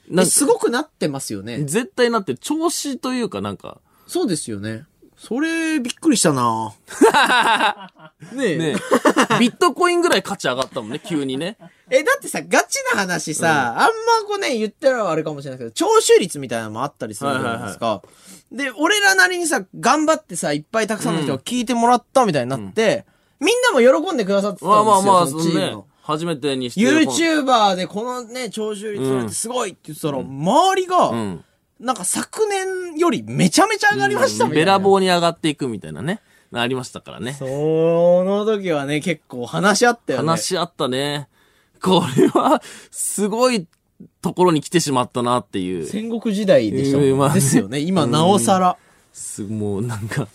S1: なん
S2: え
S1: か
S2: すごくなってますよね。
S1: 絶対なって調子というかなんか、
S2: そうですよね。それ、びっくりしたなねえ。
S1: ね、 ビットコインぐらい価値上がったもんね、急にね。
S2: え、だってさ、ガチな話さ、あんまこうね、言ったらあれかもしれないけど、聴取率みたいなのもあったりするじゃないですか。で、俺らなりにさ、頑張ってさ、いっぱいたくさんの人が聞いてもらったみたいになって、みんなも喜んでくださってたんですよ。
S1: まあまあまあ、
S2: そ
S1: そ
S2: のチ
S1: の
S2: ーム
S1: ね
S2: の。、
S1: 初めてにして。
S2: YouTuber でこのね、聴取率なんてすごいって言ってたら、周りが、
S1: うん。
S2: なんか昨年よりめちゃめちゃ上がりましたみた
S1: べ
S2: いな。
S1: らぼうに上がっていくみたいなね。ありましたからね。
S2: その時はね、結構話し合ったよね。
S1: 話し合ったね。これは、すごいところに来てしまったなっていう。
S2: 戦国時代でしたもん、
S1: うんまあね
S2: ですよね。今、なおさら。
S1: すもうなんか、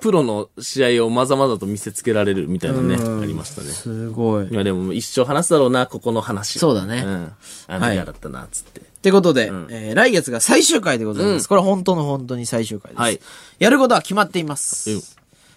S1: プロの試合をまざまざと見せつけられるみたいなね、ありましたね。
S2: すごい。
S1: いやでも一生話すだろうな、ここの話。
S2: そうだね
S1: うん。あの
S2: はい
S1: 嫌だったな、つって。
S2: ってことで、えー来月が最終回でございます。
S1: うん
S2: これは本当の本当に最終回です。
S1: はい
S2: やることは決まっています。
S1: うん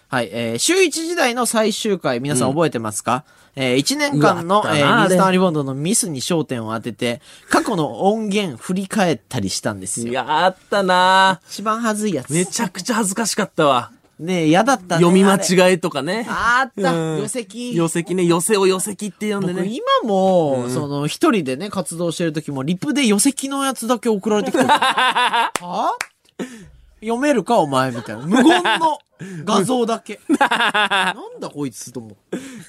S2: はい、えー週1時代の最終回、皆さん覚えてますか、え1年間の
S1: う、わあった
S2: え
S1: な
S2: ー
S1: あれ
S2: 水溜りボンドのミスに焦点を当てて、過去の音源振り返ったりしたんです
S1: い
S2: よ。
S1: や、あったな
S2: 一番恥ずいやつ。
S1: めちゃくちゃ恥ずかしかったわ。
S2: ねえ、嫌だったね。
S1: 読み間
S2: い。
S1: 違えとかね。
S2: あった。
S1: うん
S2: 予席。
S1: 寄席ね、寄席を寄席って呼んで
S2: 僕
S1: ね。
S2: 今も、その、一人でね、活動してる時も、リプで寄席のやつだけ送られて きてる。は読めるか、お前、みたいな。無言 の画像だ け。なんだ、こいつ、と思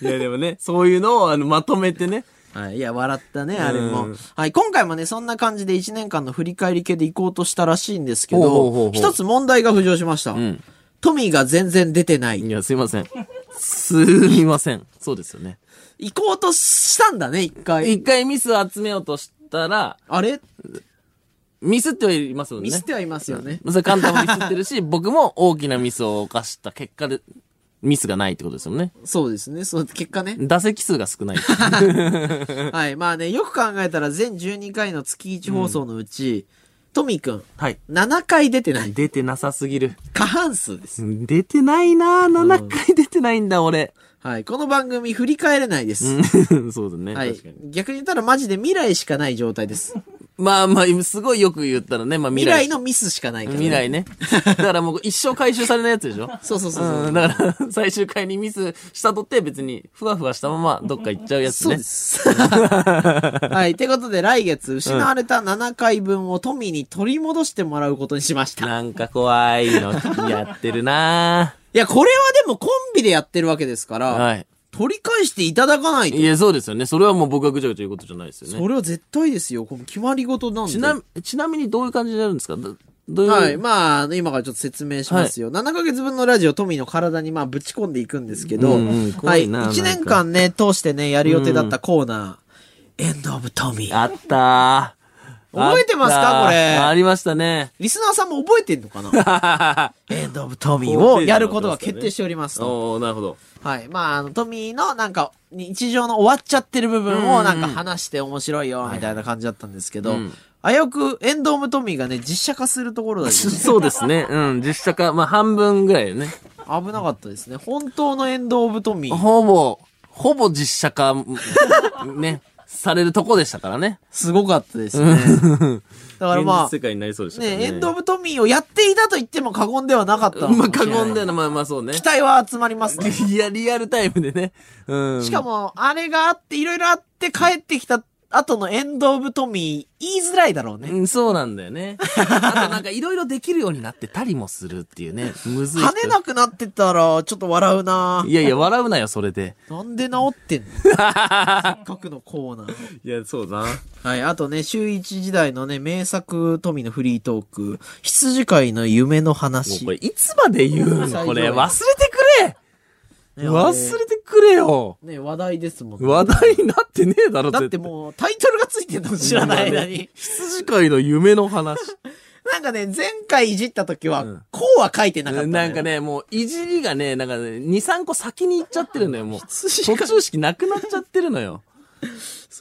S2: う。
S1: いやでもね、そういうのをあのまとめてね。
S2: はい、いや、笑ったね、あれ
S1: う
S2: も
S1: ん。
S2: はい、今回もね、そんな感じで1年間の振り返り系で行こうとしたらしいんですけ
S1: ほうほうほうほ
S2: ど
S1: う、
S2: 一つ問題が浮上しました
S1: ん。
S2: トミーが全然出てない
S1: い。や、すいません。すみません。そうですよね。
S2: 行こうとしたんだね、一回。
S1: 一回ミスを集めようとしたら、
S2: あれ
S1: ミスってはいますもんね。
S2: 見捨てはいますよね。
S1: それカンタもミスってるし、僕も大きなミスを犯した結果で、ミスがないってことですよね。
S2: そうですね、そう、結果ね。
S1: 打席数が少ない。
S2: はい。まあね、よく考えたら全12回の月1放送のうち、トミーくん、
S1: はい。
S2: 7回出てない。
S1: 出てなさすぎる。
S2: 過半数です。
S1: 出てないなぁ。7回出てないんだ、俺。
S2: はい。この番組振り返れないです。
S1: そうだね。
S2: はい
S1: 確かに。。
S2: 逆に言ったらマジで未来しかない状態です。
S1: まあまあ、すごいよく言ったらね、まあ
S2: 未
S1: 未来。
S2: 来のミスしかないから、
S1: 未。来ね。だからもう一生回収されないやつでしょ
S2: そうそうそうそう。
S1: うん、だから、最終回にミスしたとって別に、ふわふわしたままどっか行っちゃうやつ
S2: そう
S1: ね
S2: で。す。はい。ってことで来月、失われた7回分をトミーに取り戻してもらうことにしました。
S1: なんか怖いのやってるない
S2: や、これはでもコンビでやってるわけですから、
S1: ぁ。はい。
S2: 取り返していただかないと
S1: い。や、そうですよね。それはもう僕がぐちゃぐちゃ言うことじゃないですよね。
S2: それは絶対ですよ。この決まり事なんで。
S1: ちなみ、ちなみにどういう感じになるんですかどどういう、
S2: はい。まあ、今からちょっと説明しますよ。7ヶ月分のラジオ、トミーの体にまあ、ぶち込んでいくんですけど、
S1: うんうん
S2: は
S1: 怖
S2: い。
S1: いななんか
S2: 1年間ね、通してね、やる予定だったコーナー、エンドオブトミー。
S1: あったー。
S2: 覚えてます
S1: あったー
S2: かこれ
S1: ありましたね。
S2: リスナーさんも覚えてん のかなエンドオブトミーをやることが決定 しておりますと。
S1: おー、なるほど。
S2: はい。まあ、あの、トミーのなんか、日常の終わっちゃってる部分をなんか話して面白いよ、みたいな感じだったんですけ
S1: う
S2: ど
S1: ん、
S2: あやくエンドオブトミーがね、実写化するところ だっ た。
S1: そうですね。うん。実写化、まあ半分ぐらい よね。
S2: 危なかったですね。本当のエンドオブトミー。
S1: ほぼ、ほぼ実写化、 ね、されるとこでしたからね。
S2: すごかったですね。だから
S1: 現
S2: まあ
S1: 実世、界になりそうでしたから
S2: ね、
S1: ね。
S2: エンド・オブ・トミーをやっていたと言っても過言ではなかったのか
S1: まあ、
S2: もしれ
S1: 過
S2: ない
S1: 言だよな、まあまあそうね
S2: 期。待は集まりますね。
S1: いや、リアルタイムでね。うん。
S2: しかも、あれがあって、いろいろあって帰ってきた後のエンド・オブ・トミー言いづらいだろうね。
S1: うん、そうなんだよね。あとなんかいろいろできるようになってたりもするっていうね。むずい人。
S2: 跳ねなくなってたら、ちょっと笑うない
S1: やいや、笑うなよ、それで。
S2: なんで治ってん のせっかくのコーナー。
S1: いや、そうだな。
S2: はい。あとね、週一時代のね、名作富のフリートーク、羊飼いの夢の
S1: もう
S2: 話。
S1: これ、いつまで言うのこれ、忘れてくれ
S2: ね
S1: 忘れてくれよ
S2: ね、話題ですもんね。
S1: 話題になってねえだろ、
S2: だって
S1: う。
S2: もうタイトルがついてんのも知らない間に。
S1: 羊飼いの夢の 話。
S2: なんかね、前回いじった時は、
S1: うん
S2: こうは書いてなかった、
S1: なんか。ね、もう、いじりがね、なんかね、2、3個先に行っちゃってるのよ、もう。
S2: 羊
S1: 途中式なくなっちゃってるのよ。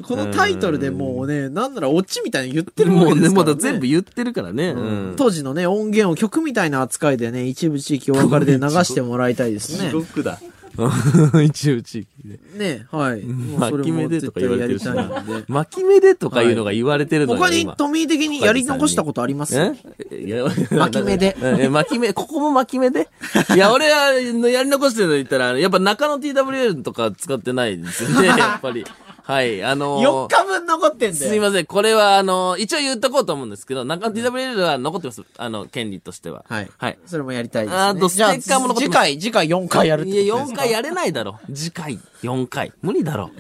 S2: このタイトルでもうね、なんならオチみたいに言ってるわ
S1: も
S2: け
S1: う
S2: で
S1: ね、
S2: すか
S1: ま
S2: らね。
S1: だ全部言ってるからね。うん。
S2: 当時のね、音源を曲みたいな扱いでね、一部地域お別れで流してもらいたいですね
S1: 地。獄だ。うん 一応地域で。
S2: ね、はい。もうそ
S1: 巻
S2: れ
S1: き目
S2: も
S1: で
S2: 絶
S1: とか
S2: 対
S1: 言わ
S2: や
S1: れてる
S2: り
S1: した
S2: いんで。
S1: 巻き目でとかいうのが言われてるのよ、
S2: 他に
S1: 今
S2: トミー的にやり残したことあります
S1: えいや
S2: 巻き目で
S1: うん え巻き目、ここも巻き目でいや、俺は、やり残してるの言ったら、やっぱ中野 TWL とか使ってないです よね、やっぱり。はい、あのー
S2: 4日分残ってんだよ。
S1: すいません。これは、あの、一応言っとこうと思うんですけど、中野 TWL は残ってます。あの、権利としては。
S2: はい
S1: はい。
S2: それもやりたいです、ね。
S1: あと
S2: じゃあ
S1: ステッカーも残って
S2: 次
S1: ます
S2: 回、次回4回やるってこと
S1: い
S2: です
S1: や、
S2: か
S1: 4回やれないだろ。次回、4回。無理だろ。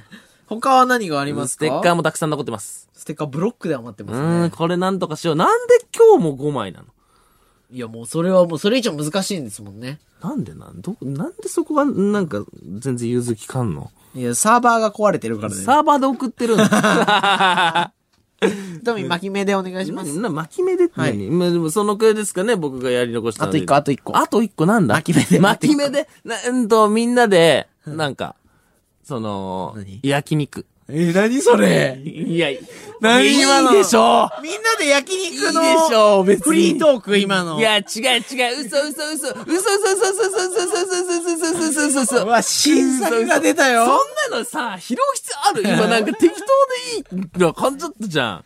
S2: 他は何があります
S1: ス
S2: か
S1: テッカーもたくさん残ってます。
S2: ステッカーブロックで余って
S1: う
S2: ます
S1: ーん、
S2: ね。
S1: これなんとかしよう。なんで今日も5枚なの
S2: いや、もうそれはもうそれ以上難しいんですもんね。
S1: なんでなんど、なんでそこが、なんか、全然融通きかんの
S2: いや、サーバーが壊れてるからね。
S1: サーバーで送ってるんだ。
S2: トミー巻き目でお願いします。
S1: な、巻き目でって何、
S2: はい
S1: まあでもそのくらいですかね、僕がやり残したので
S2: あと一個あと一個
S1: あと一個なんだ
S2: 巻き目で
S1: 巻き目で、なんと、みんなで、なんか、その
S2: 何、
S1: 焼肉。
S2: え、何それ
S1: いや、
S2: 何今の
S1: いいでしょ
S2: みんなで焼肉の
S1: いいでしょ別に
S2: フリートーク今の。
S1: いや、違う違う、嘘嘘嘘、嘘嘘嘘嘘嘘嘘嘘嘘嘘嘘嘘嘘嘘
S2: うわ、新作が出たよ。
S1: そんなのさ、拾う必要ある今なんか適当でいいの感じだったじゃ ん。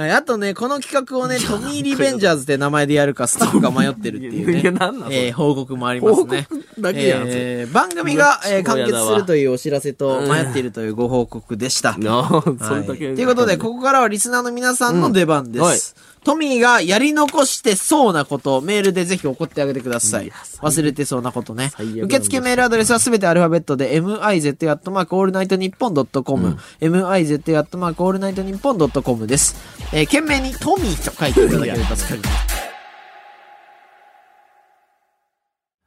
S2: はい、あとね、この企画をね、トミーリベンジャーズって名前でやるか、スタッフが迷ってるっていうね。
S1: いやなんなんそれ
S2: えー報告もありますね。
S1: 報告だけやん
S2: えー番組が、えー
S1: もう
S2: 完
S1: や
S2: 結
S1: だわ
S2: するというお知らせと、迷っているというご報告でした。は
S1: な
S2: い
S1: そ
S2: と
S1: れだけ。
S2: いうことで、ここからはリスナーの皆さんの出番で
S1: う
S2: す。
S1: んはい
S2: トミーがやり残してそうなこと、メールでぜひ送ってあげてください。忘れてそうなことね。
S1: 最悪なんだ
S2: 受付メールアドレスはすべてアルファベットで、m i z a l l n i g h t n i p p o n c o m m i z a l l n i g h t n i p p o n c o m です。えー、懸命にトミーと書いていただけると助かります。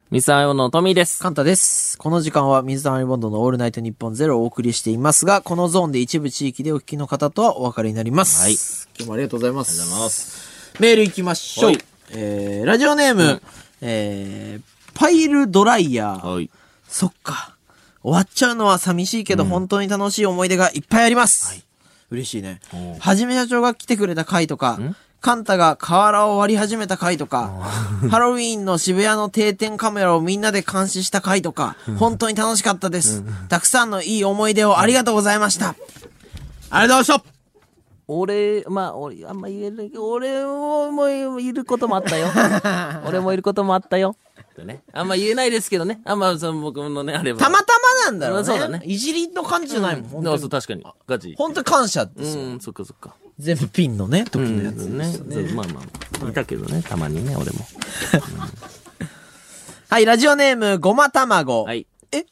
S1: ミサヨのトミーです。
S2: カンタです。この時間は水溜りボンドのオールナイトニッポンゼロをお送りしていますが、このゾーンで一部地域でお聞きの方とはお別れになります。
S1: はい
S2: 今日もありがとうございます。
S1: ありがとうございます。
S2: メール行きましょ
S1: は
S2: う。
S1: い
S2: えー、ラジオネーム、えー、パイルドライヤー。
S1: はい。
S2: そっか。終わっちゃうのは寂しいけど、本当に楽しい思い出がいっぱいあります。嬉しいね
S1: おう。
S2: はじめ社長が来てくれた回とか、カンタが瓦を割り始めた回とか、 ハロウィーンの渋谷の定点カメラをみんなで監視した回とか、本当に楽しかったです。たくさんのいい思い出をありがとうございました。ありがとうございました
S1: 俺、まあ、俺、あんま言えないけど、俺もいることもあった よ。俺もいることもあったよ。ってね。あんま言えないですけどね。あんま、その僕のね、あれば。
S2: たまたまなんだろうね。
S1: そうだね
S2: いじりの感じじゃないもん。
S1: うん、
S2: 本当
S1: そう、
S2: に
S1: 確かに。ガチ。
S2: 本当に感謝で
S1: う
S2: すよ。
S1: ん、そっかそっか。
S2: 全部ピンのね、時
S1: う
S2: の
S1: ん、
S2: やつ。
S1: ね。そうまあまあ、いたけどね、たまにね、俺も。
S2: はい、ラジオネーム、ごま卵。
S1: はい。
S2: え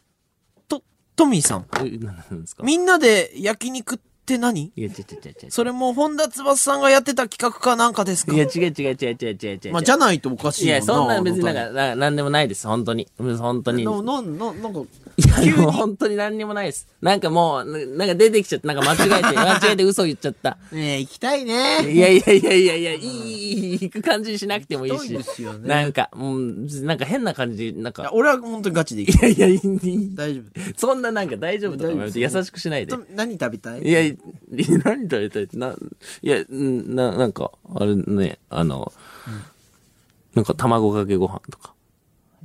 S2: と、トミーさん。
S1: えななんですか
S2: みんなで焼肉って何
S1: いや、違う違う違う違う。
S2: それも本田翼さんがやってた企画かなんかですか
S1: いや、違う違う違う違う違う違う。
S2: まあ、じゃないとおかし
S1: い
S2: いよな。
S1: や、そんな別になん
S2: あ
S1: か、ななんでもないです。本当に。うん本当に。
S2: の歌に。な、な、な、なんか、
S1: いや、でも本当に何にもないです。なんかもう、ななんか出てきちゃった。なんか間違え て、間違えて嘘言っちゃった。
S2: ねえ、行きたいね。
S1: いやいやいやいやいや、いい、いい、いい、行く感じにしなくてもいい
S2: ひ
S1: し。
S2: どいですよね
S1: なんか、うん、なんか変な感じ、なんか。
S2: 俺は本当にガチで行き
S1: いやいや、いいいい
S2: 大丈
S1: そんななんか大丈夫とか言われて優しくしないで
S2: 夫。。何食べたい
S1: いや、い い何食べたいって、な、いや、んな、なんか、あれね、あの、なんか卵かけご飯とか。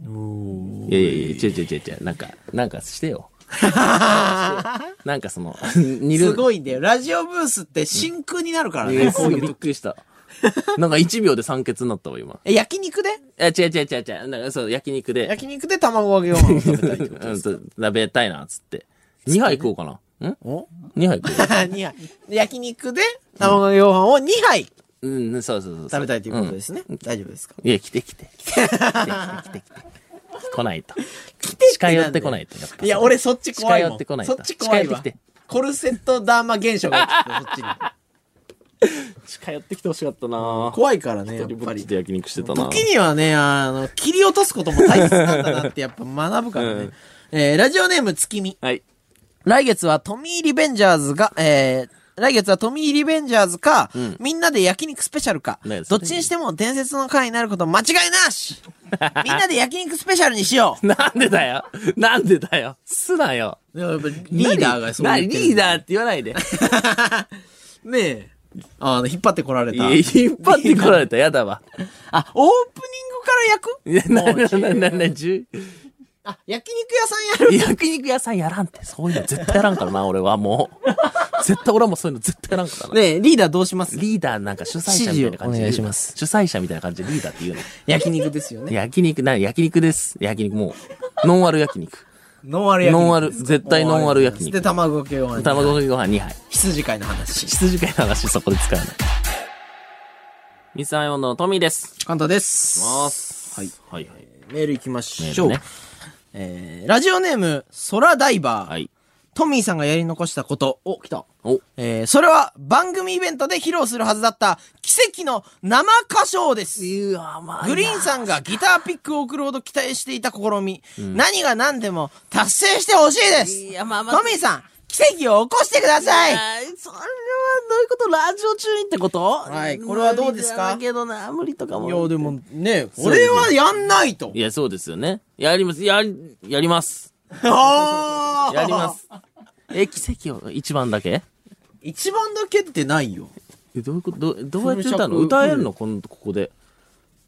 S1: いやいやいや、違う違う違う違う、なんか、なんかして よ。なんかその、 煮る。
S2: すごいんだよ。ラジオブースって真空になるから
S1: いや
S2: ね。
S1: すごいびっくりした。なんか1秒で酸欠になったわ、今。
S2: え、焼肉で
S1: え、違う違う違う違う、なんかそう、焼肉で、
S2: 焼肉で卵揚げご飯を食べたいってこと
S1: うんと食べたいな、つって。2杯食おうかな。
S2: お
S1: ?2 杯食
S2: ?2 杯。焼肉で卵かけご飯を2杯
S1: う。うん、そうそうそうそう。
S2: 食べたいということですね。大丈夫ですか
S1: うん。いや、来て来て。来て来て来て来て。来ないと。近寄ってこないと。やっぱ
S2: いや、俺そっち怖いも
S1: 近寄
S2: ん。
S1: ってこない
S2: そっち怖いわ
S1: 近寄ってきて。
S2: コルセットダーマ現 象が起きてるそっちに。
S1: 近寄ってきてほしかったなぁ。
S2: 怖いからね、や
S1: 一
S2: っ
S1: 人ぼ
S2: ぱ
S1: っち
S2: り。
S1: で焼肉してたな
S2: 時にはね、あの、切り落とすことも大切なんだなってやっぱ学ぶからね。
S1: うん
S2: えーラジオネーム月見。
S1: はい。
S2: 来月はトミーリベンジャーズが、えー、来月はトミーリベンジャーズか、
S1: ん
S2: みんなで焼肉スペシャルか、
S1: ね
S2: どっちにしても伝説の回にな ること間違いなしみんなで焼肉スペシャルにしよう
S1: なんでだよなんでだよすなよ
S2: リーダーがそう
S1: な
S2: 言
S1: リ
S2: って
S1: ーダーって言わないで。
S2: ねえ。あの、引っ張ってこられ
S1: い
S2: た
S1: や。引っ張ってこられたらやだわ。
S2: あ、オープニ
S1: いや、
S2: ング
S1: な、
S2: から焼く
S1: な、な、な、な、じゅ
S2: あ、焼肉屋さんやる
S1: 焼肉屋さんやらんって、そういうの絶対やらんからな、俺はもう。絶対俺はもうそういうの絶対やらんからな。
S2: ねえ、リーダーどうします
S1: リーダーなんか主催者みたいな感じで。
S2: 指示をお願いします。
S1: 主催者みたいな感じでリーダーって言うの。
S2: 焼肉ですよね。
S1: 焼肉、な、焼肉です。焼肉もう。ノンアル焼肉。
S2: ノンアル
S1: ノンアル、絶対ノンアル焼
S2: で、
S1: 肉。
S2: 卵かけご飯。
S1: 卵かけご飯2杯。
S2: 羊飼いの話。
S1: 羊飼いの話そこで使うの。ミサイオンのトミーです。
S2: 簡単です。
S1: ます。はい。はいはい。
S2: メール行きましょう。
S1: メールね
S2: えー、ラジオネーム、空ダイバー。
S1: はい。
S2: トミーさんがやり残したこと。お、来た。
S1: お、
S2: えー、それは番組イベントで披露するはずだった奇跡の生歌唱です。グリーンさんがギターピックを送るほど期待していた試み。何が何でも達成してほしいです。
S1: いやまあまあ
S2: トミーさん、奇跡を起こしてください。
S1: あーそれはどういうことラジオ中にってこと
S2: はいこれはどうですか
S1: 無理だけどな、無理とかも。
S2: でもね、俺はやんないと
S1: い。や、そうですよね。やります。やり、やります。
S2: あー
S1: やりま。 す。え、奇跡を、一番だけ
S2: 一番だけってないよ。
S1: え、どういうことどう、どうやって歌うの
S2: フル尺
S1: 歌えるのこの、ここで。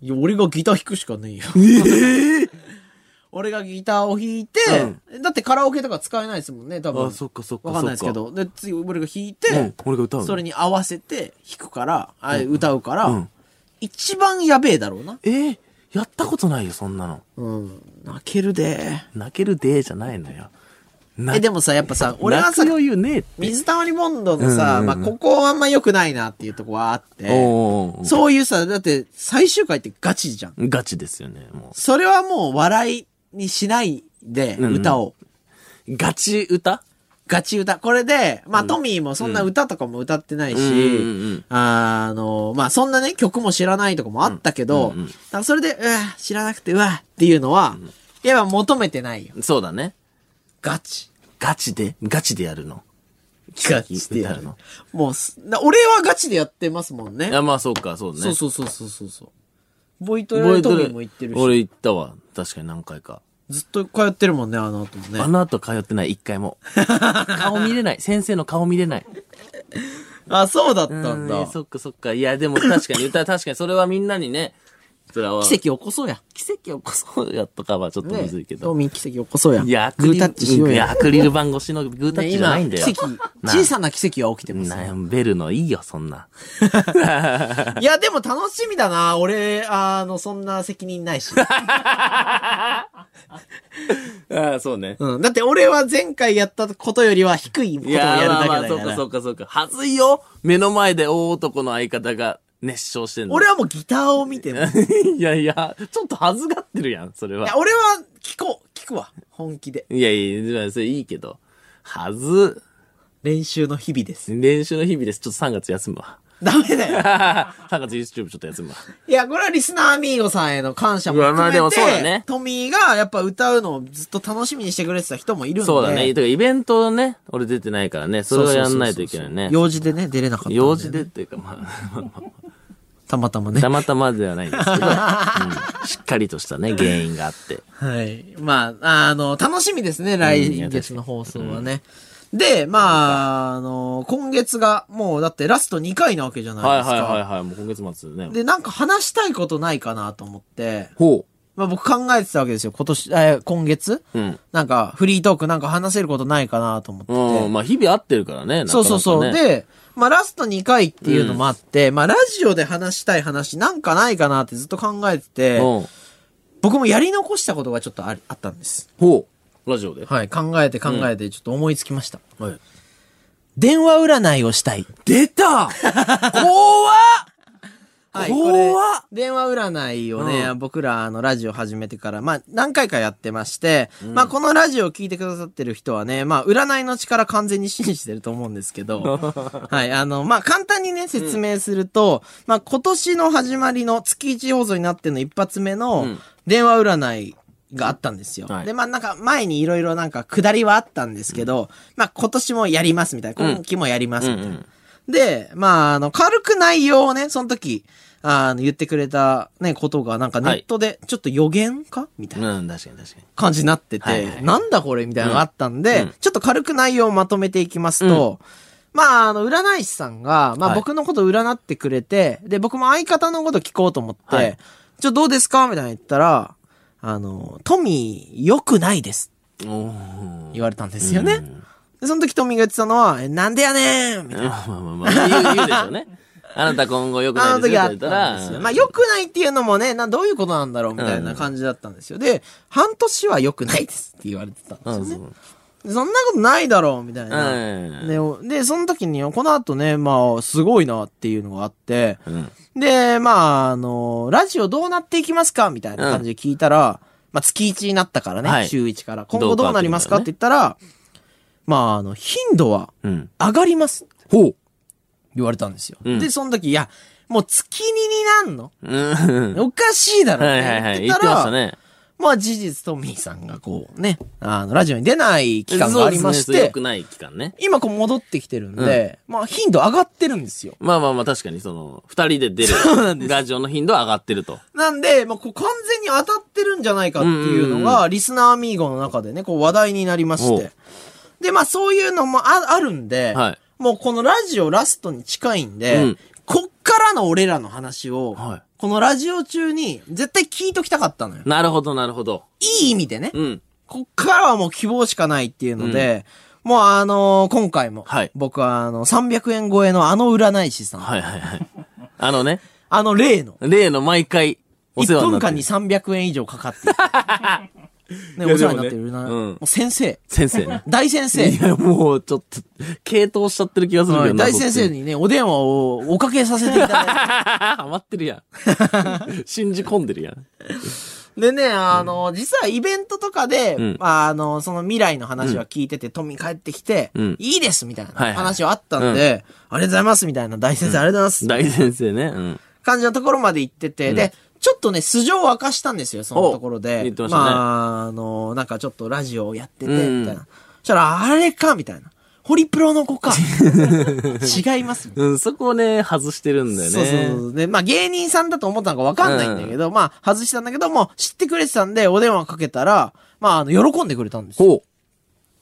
S2: いや、俺がギター弾くしかねえよ。 俺がギターを弾いて、だってカラオケとか使えないですもんね、多分。
S1: っかそっ
S2: わかんないですけ。ど。で、次俺が弾いて、
S1: うん俺が歌うの
S2: それに合わせて弾くから、あ歌うから、一番やべえだろうな。
S1: えーやったことないよ、そんなの。
S2: うん。泣けるで。
S1: 泣けるでじゃないのよ。
S2: え、
S1: 泣
S2: でもさ、やっぱさ、
S1: 俺
S2: 俺は
S1: 泣く
S2: さ、
S1: 余裕ねえって。
S2: 水溜りボンドのさ、まあ、ここはあんま良くないなっていうとこはあって、
S1: おーおーおー
S2: そういうさ、だって最終回ってガチじゃん。
S1: ガチですよね、も
S2: それはもう笑いにしないで、
S1: んうん
S2: 歌を。
S1: う。ガチ歌
S2: ガチ歌。これで、まあ、トミーもそんな歌とかも歌ってないし、
S1: うんうんうんうん
S2: あの、まあ、そんなね、曲も知らないとかもあったけど、だからそれで、うわ、知らなくて、うわ、っていうのは、やっぱ求めてないよ。
S1: そうだね。
S2: ガチ。
S1: ガチで、ガチでやるの。
S2: ガチでや
S1: 歌う
S2: る
S1: の
S2: の。もうす、な俺はガチでやってますもんね。
S1: あ、まあそうか、そうね。
S2: そうそうそうそうそうそう。ボイト
S1: 覚
S2: レ
S1: えて
S2: トミ
S1: る
S2: ーも行ってるし、
S1: 俺行ったわ。確かに何回か。
S2: ずっと通ってるもんね、あの後もね
S1: あ。の後通ってない、一回 も。顔見れない。先生の顔見れない。
S2: あ、そうだっ
S1: う
S2: た
S1: ー
S2: んだ
S1: ん、。そっかそっか。いや、でも確か に歌、確かにそれはみんなにね、それは。
S2: 奇跡起こそうや。
S1: 奇跡をこそやとかはちょっとむずいけ
S2: ト
S1: ど。
S2: ミー奇跡起こそうや。
S1: いや、ア
S2: グ
S1: ク
S2: ー
S1: リ
S2: タッチしよ
S1: ル、
S2: う
S1: い
S2: や
S1: や、。アクリル板越しのグータッチじゃないんだよ。
S2: ね今
S1: な
S2: 奇跡、小さな奇跡は起きてますよ。
S1: なベルのいいよ、そんな。
S2: いや、でも楽しみだな。俺、あの、そんな責任ないし。
S1: ああ、そうね。
S2: うん。だって俺は前回やったことよりは低いこと
S1: い
S2: をや
S1: やー、ま
S2: るだ
S1: あ
S2: け
S1: ま
S2: だ
S1: あ、そう
S2: か。
S1: からそうかそうか。はずいよ。目の前で大男の相方が熱唱してんの。
S2: 俺はもうギターを見ても。い
S1: いやいや、ちょっと恥ずがってるやん、それは
S2: や、。俺は聞こう。聞くわ。本気で。
S1: いやいや、でもそれいいけど。はず、
S2: 練習の日々です。
S1: 練習の日々です。ちょっと3月休むわ。
S2: ダメだよ。
S1: 3月 YouTube ちょっと休むわ。
S2: いや、これはリスナーアミーゴさんへの感謝も含めて、
S1: うわまあでもそうだね
S2: トミーがやっぱ歌うのをずっと楽しみにしてくれてた人もいるんで。
S1: そうだね。というか、イベントね、俺出てないからね、それはやんないといけないね。
S2: 用事でね、出れなかったんだよね、
S1: 用事でっていうか、まあ、まあま
S2: たまたま
S1: あ
S2: ね。
S1: たまたまではないんですけど、うんしっかりとしたね、原因があって。
S2: はい。まあ、あの、楽しみですね、来月の放送はね。で、まあ、あの、今月が、もうだってラスト2回なわけじゃない
S1: はい
S2: ですか。
S1: はいはいはい、もう今月末ね。
S2: で、なんか話したいことないかなと思って、
S1: ほ
S2: まあ僕考えてたわけですよ、今年、えー今月、
S1: う。うん。
S2: なんか、フリートークなんか話せることないかなと思って。
S1: うん、まあ日々会ってるからね。なかなかね
S2: そうそうそう。、で、まあ、ラスト2回っていうのもあって、まあ、ラジオで話したい話なんかないかなってずっと考えてて、
S1: うん。
S2: 僕もやり残したことがちょっとありあったんです。
S1: ほう。ラジオで。
S2: はい、考えて考えてちょっと思いつきました。
S1: はい。
S2: 電話占いをしたい。
S1: 出た怖っ
S2: はい、これ
S1: 怖っ
S2: 電話占いをね、
S1: う
S2: 僕らあのラジオ始めてから、まあ何回かやってまして、まあこのラジオを聞いてくださってる人はね、まあ占いの力完全に信じてると思うんです けど、はい、あの、まあ簡単にね、説明すると、まあ今年の始まりの月一放送になっての一発目の
S1: ん
S2: 電話占い、があったんですよ。
S1: はい
S2: で、まあなんか前にいろいろなんか下りはあったんですけど、まあ今年もやりますみたいな、今期もやりますみたいな。で、まあ、あの、軽く内容をね、その時、あの、言ってくれたね、ことが、なんかネ
S1: はい
S2: ットで、ちょっと予言かみたいな
S1: うん、確かに確かに。
S2: 感じになってて、
S1: はいはい
S2: なんだこれみたいなのがあったんで、
S1: うんうん
S2: ちょっと軽く内容をまとめていきますと、まあ、あの、占い師さんが、まあ
S1: はい
S2: 僕のこと占ってくれて、で、僕も相方のこと聞こうと思って、
S1: はい
S2: ちょ、どうですかみたいなの言ったら、あの、トミー、良くないです。
S1: おー
S2: 言われたんですよね。
S1: うん
S2: でその時トミーが言ってたのは、えなんでやねんみたいな。
S1: まあまあまあ、言う言うでしょうね。 あなた今後良くな
S2: あ
S1: い
S2: の
S1: です
S2: 時
S1: よ
S2: あ
S1: っ
S2: って
S1: 言った
S2: た
S1: ら
S2: んですよ。。まあ、良くないっていうのもね、な、どういうことなんだろうみたいな感じだったんですよ。で、半年は良くないですって言われてたんで
S1: う
S2: すよ
S1: ん、
S2: ね。
S1: そう。
S2: でそんなことないだろうみたいな。
S1: うん
S2: で、おでその時に、この後ね、まあ、すごいなっていうのがあって、
S1: うん。
S2: で、まあ、あの、ラジオどうなっていきますかみたいな感じで聞いたら、まあ、月1になったからね、
S1: はい
S2: 週1から。
S1: どう
S2: 今
S1: か
S2: 後どうなりますかって言ったら、まあ、あの、頻度は
S1: うん。
S2: 上がります。
S1: ほう。
S2: 言われたんですよ。
S1: うん
S2: で、その時、いや、もう月2になんの
S1: うん。
S2: おかしいだろ
S1: は
S2: っ
S1: い
S2: て
S1: はい
S2: 言
S1: は
S2: っ
S1: い。
S2: て
S1: 言
S2: た
S1: ってました
S2: ら、
S1: ね。
S2: まあ事実トミーさんがこうね、あの、ラジオに出ない期間がありまし
S1: そうですねそう良
S2: て
S1: く、ない期間ね。
S2: 今こう戻ってきてるんで、まあ頻度上がってるんですよ。
S1: まあまあまあ、確かにその、二人で出る、ラジオの頻度は上がってると。
S2: なんで、まあこう完全に当たってるんじゃないかっていうの
S1: うんうん
S2: が、リスナーアミーゴの中でね、こう話題になりまし
S1: お
S2: て
S1: う。
S2: で、まあそういうのもああるんで、
S1: はい
S2: もうこのラジオラストに近いんで、
S1: うん
S2: こっからの俺らの話を、
S1: はい
S2: このラジオ中に絶対聞いときたかったのよ。
S1: なるほど、なるほど。
S2: いい意味でね。
S1: うん。
S2: こっからはもう希望しかないっていうので、もうあのー今回も、
S1: はい
S2: 僕はあの、300円超えのあの占い師さん、
S1: はいはいはい。あのね、
S2: あの例の、
S1: 例の毎回、お世
S2: 1
S1: 話にな
S2: 分
S1: って
S2: 間
S1: る
S2: に300円以上かかって いるね、
S1: いや
S2: お世話になってる
S1: でも
S2: な、
S1: ねうん
S2: もう先生、
S1: 先生ね。
S2: 大先生、
S1: いや、もう、ちょっと、系統しちゃってる気がするけ
S2: は
S1: ど
S2: い
S1: な
S2: 大先生。にね、お電話をおかけさせていただい て、
S1: ハマってるやん。信じ込んでるや ん。
S2: でね、あの、実はイベントとかで、
S1: うん
S2: まあ、あの、その未来の話は聞いてて、トミー帰ってきて、
S1: うん
S2: いいですみたいな
S1: はいはい
S2: 話はあったんで、ありがとうございますみたいな、大先生ありがとうございます、
S1: 大先生ね。うん。
S2: 感じのところまで行ってて、で、ちょっとね、素性を明かしたんですよ、そのところ
S1: お
S2: で。
S1: 言ってましたね
S2: まあ、あの、なんかちょっとラジオをやってて、
S1: うん
S2: みたいな。そしたら、あれかみたいな。ホリプロの子 か。違います。
S1: うん、そこをね、外してるんだよね。
S2: そうそうそう。で、まあ芸人さんだと思ったのかわかんないんだけど、まあ外したんだけども、知ってくれてたんで、お電話かけたら、まあ、あの、喜んでくれたんですよ。
S1: ほ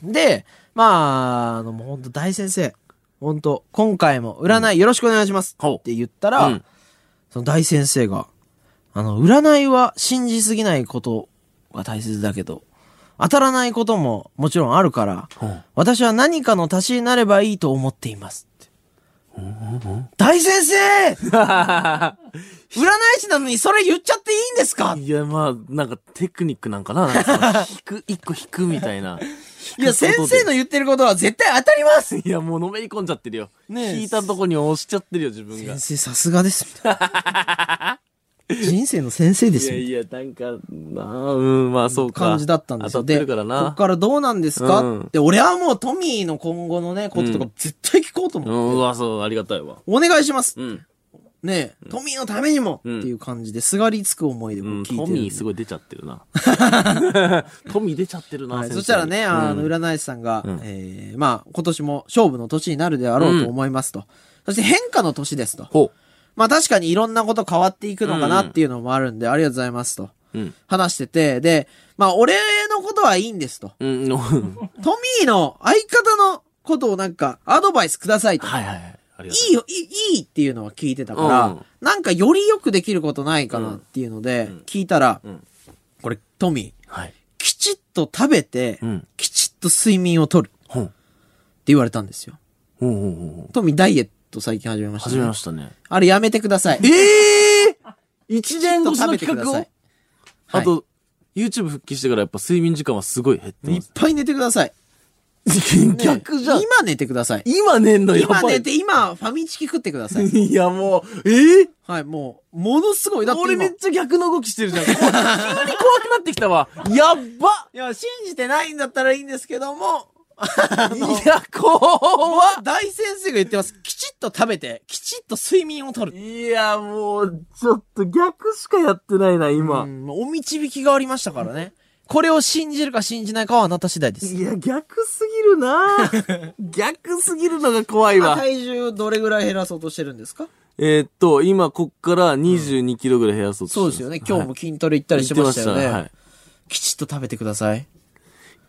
S2: で、まあ、あの、もう本当大先生、本当今回も占いよろしくお願いします
S1: ほう
S2: って言った
S1: う。
S2: ら、
S1: うん。
S2: その大先生が、あの、占いは信じすぎないことが大切だけど、当たらないことももちろんあるから、
S1: う
S2: 私は何かの足しになればいいと思っていますって。大先 生占い師なのにそれ言っちゃっていいんですか
S1: いや、まあ、なんかテクニックなんかな。なん かその引く、一個引くみたいな。
S2: いや、先生の言ってることは絶対当たります
S1: いや、もうのめり込んじゃってるよ。
S2: ねえ
S1: 引いたとこに押しちゃってるよ、自分が
S2: 先。生さす がです。みたいな人生の先生で
S1: い
S2: す
S1: や
S2: よ。
S1: いや、なんか、なあ、うん、まあそうか。
S2: 感じだったんですよ。
S1: 当たってるから
S2: こっ
S1: な。
S2: からどうなんですか、
S1: うん
S2: で、俺はもうトミーの今後のね、ことと
S1: う
S2: か絶対聞こうと思
S1: う
S2: って。
S1: ん、うわ、そう、ありがたいわ。
S2: お願いします、
S1: うん。
S2: ねえ、トミーのためにも、
S1: うん
S2: っていう感じで、すがりつく思いで
S1: う
S2: 僕
S1: ん、
S2: 聞いて
S1: ト
S2: るんで、
S1: ミーすごい出ちゃってる な。トミー出ちゃってるな、
S2: はい、
S1: 先生
S2: そしたらね、あ
S1: う
S2: の、
S1: ん
S2: 占い師さんが、
S1: ん
S2: えーまあ、今年も勝負の年になるであろうと思いますと。そして変化の年ですと。
S1: ほ
S2: まあ確かにいろんなこと変わっていくのかなっていうのもあるんで、ありがとうございますと。
S1: う。うん。
S2: 話してて、で、まあ俺のことはいいんですと。
S1: うん、のは
S2: トミーの相方のことをなんかアドバイスください と。
S1: いはいはい。ありが
S2: いいよ、いい、いいっていうのは聞いてたから、
S1: うん
S2: なんかよりよくできることないかなっていうので、聞いたら、
S1: ん
S2: これ、トミー、
S1: たい。はい。
S2: きちっと食べて、
S1: うん
S2: きちっと睡眠をとるって
S1: ほん。
S2: 言われたんですよ。
S1: ほんほんほんほん。
S2: トミーダイエット最近始めました、
S1: 始
S2: ね。
S1: めましたね。
S2: あれやめてください。
S1: ええー、一年越し
S2: 食
S1: の
S2: べてく
S1: 企
S2: だ
S1: 画をあ
S2: さい。
S1: と、YouTube 復帰してからやっぱ睡眠時間はすごい減って
S2: い
S1: ま
S2: っ
S1: す。
S2: ぱい寝てください。
S1: 逆じゃん。
S2: 今寝てください。
S1: 今寝んのやば
S2: 今
S1: い。
S2: 寝て、今、ファミチキ食ってくださ い。
S1: いや、もう、ええ
S2: はい、もう、ものすごい。だって
S1: 俺
S2: 今
S1: めっちゃ逆の動きしてるじゃん。急に怖くなってきたわ。やっば
S2: いや、信じてないんだったらいいんですけども、
S1: いや、怖っ
S2: 大先生が言ってます。きちっと食べて、きちっと睡眠をとる。
S1: いや、もう、ちょっと逆しかやってないな、
S2: う
S1: 今。
S2: んお導きがありましたからね。これを信じるか信じないかはあなた次第です。
S1: いや、逆すぎる な逆すぎるのが怖い
S2: 今
S1: わ。
S2: 体重どれぐらい減らそうとしてるんですか
S1: えーっと、今、こっから22キロぐらい減らそうとして
S2: そう
S1: ます
S2: ですよね。今日も筋トレ行ったりしましたよね。
S1: 言ってまは
S2: きちっと食べてください。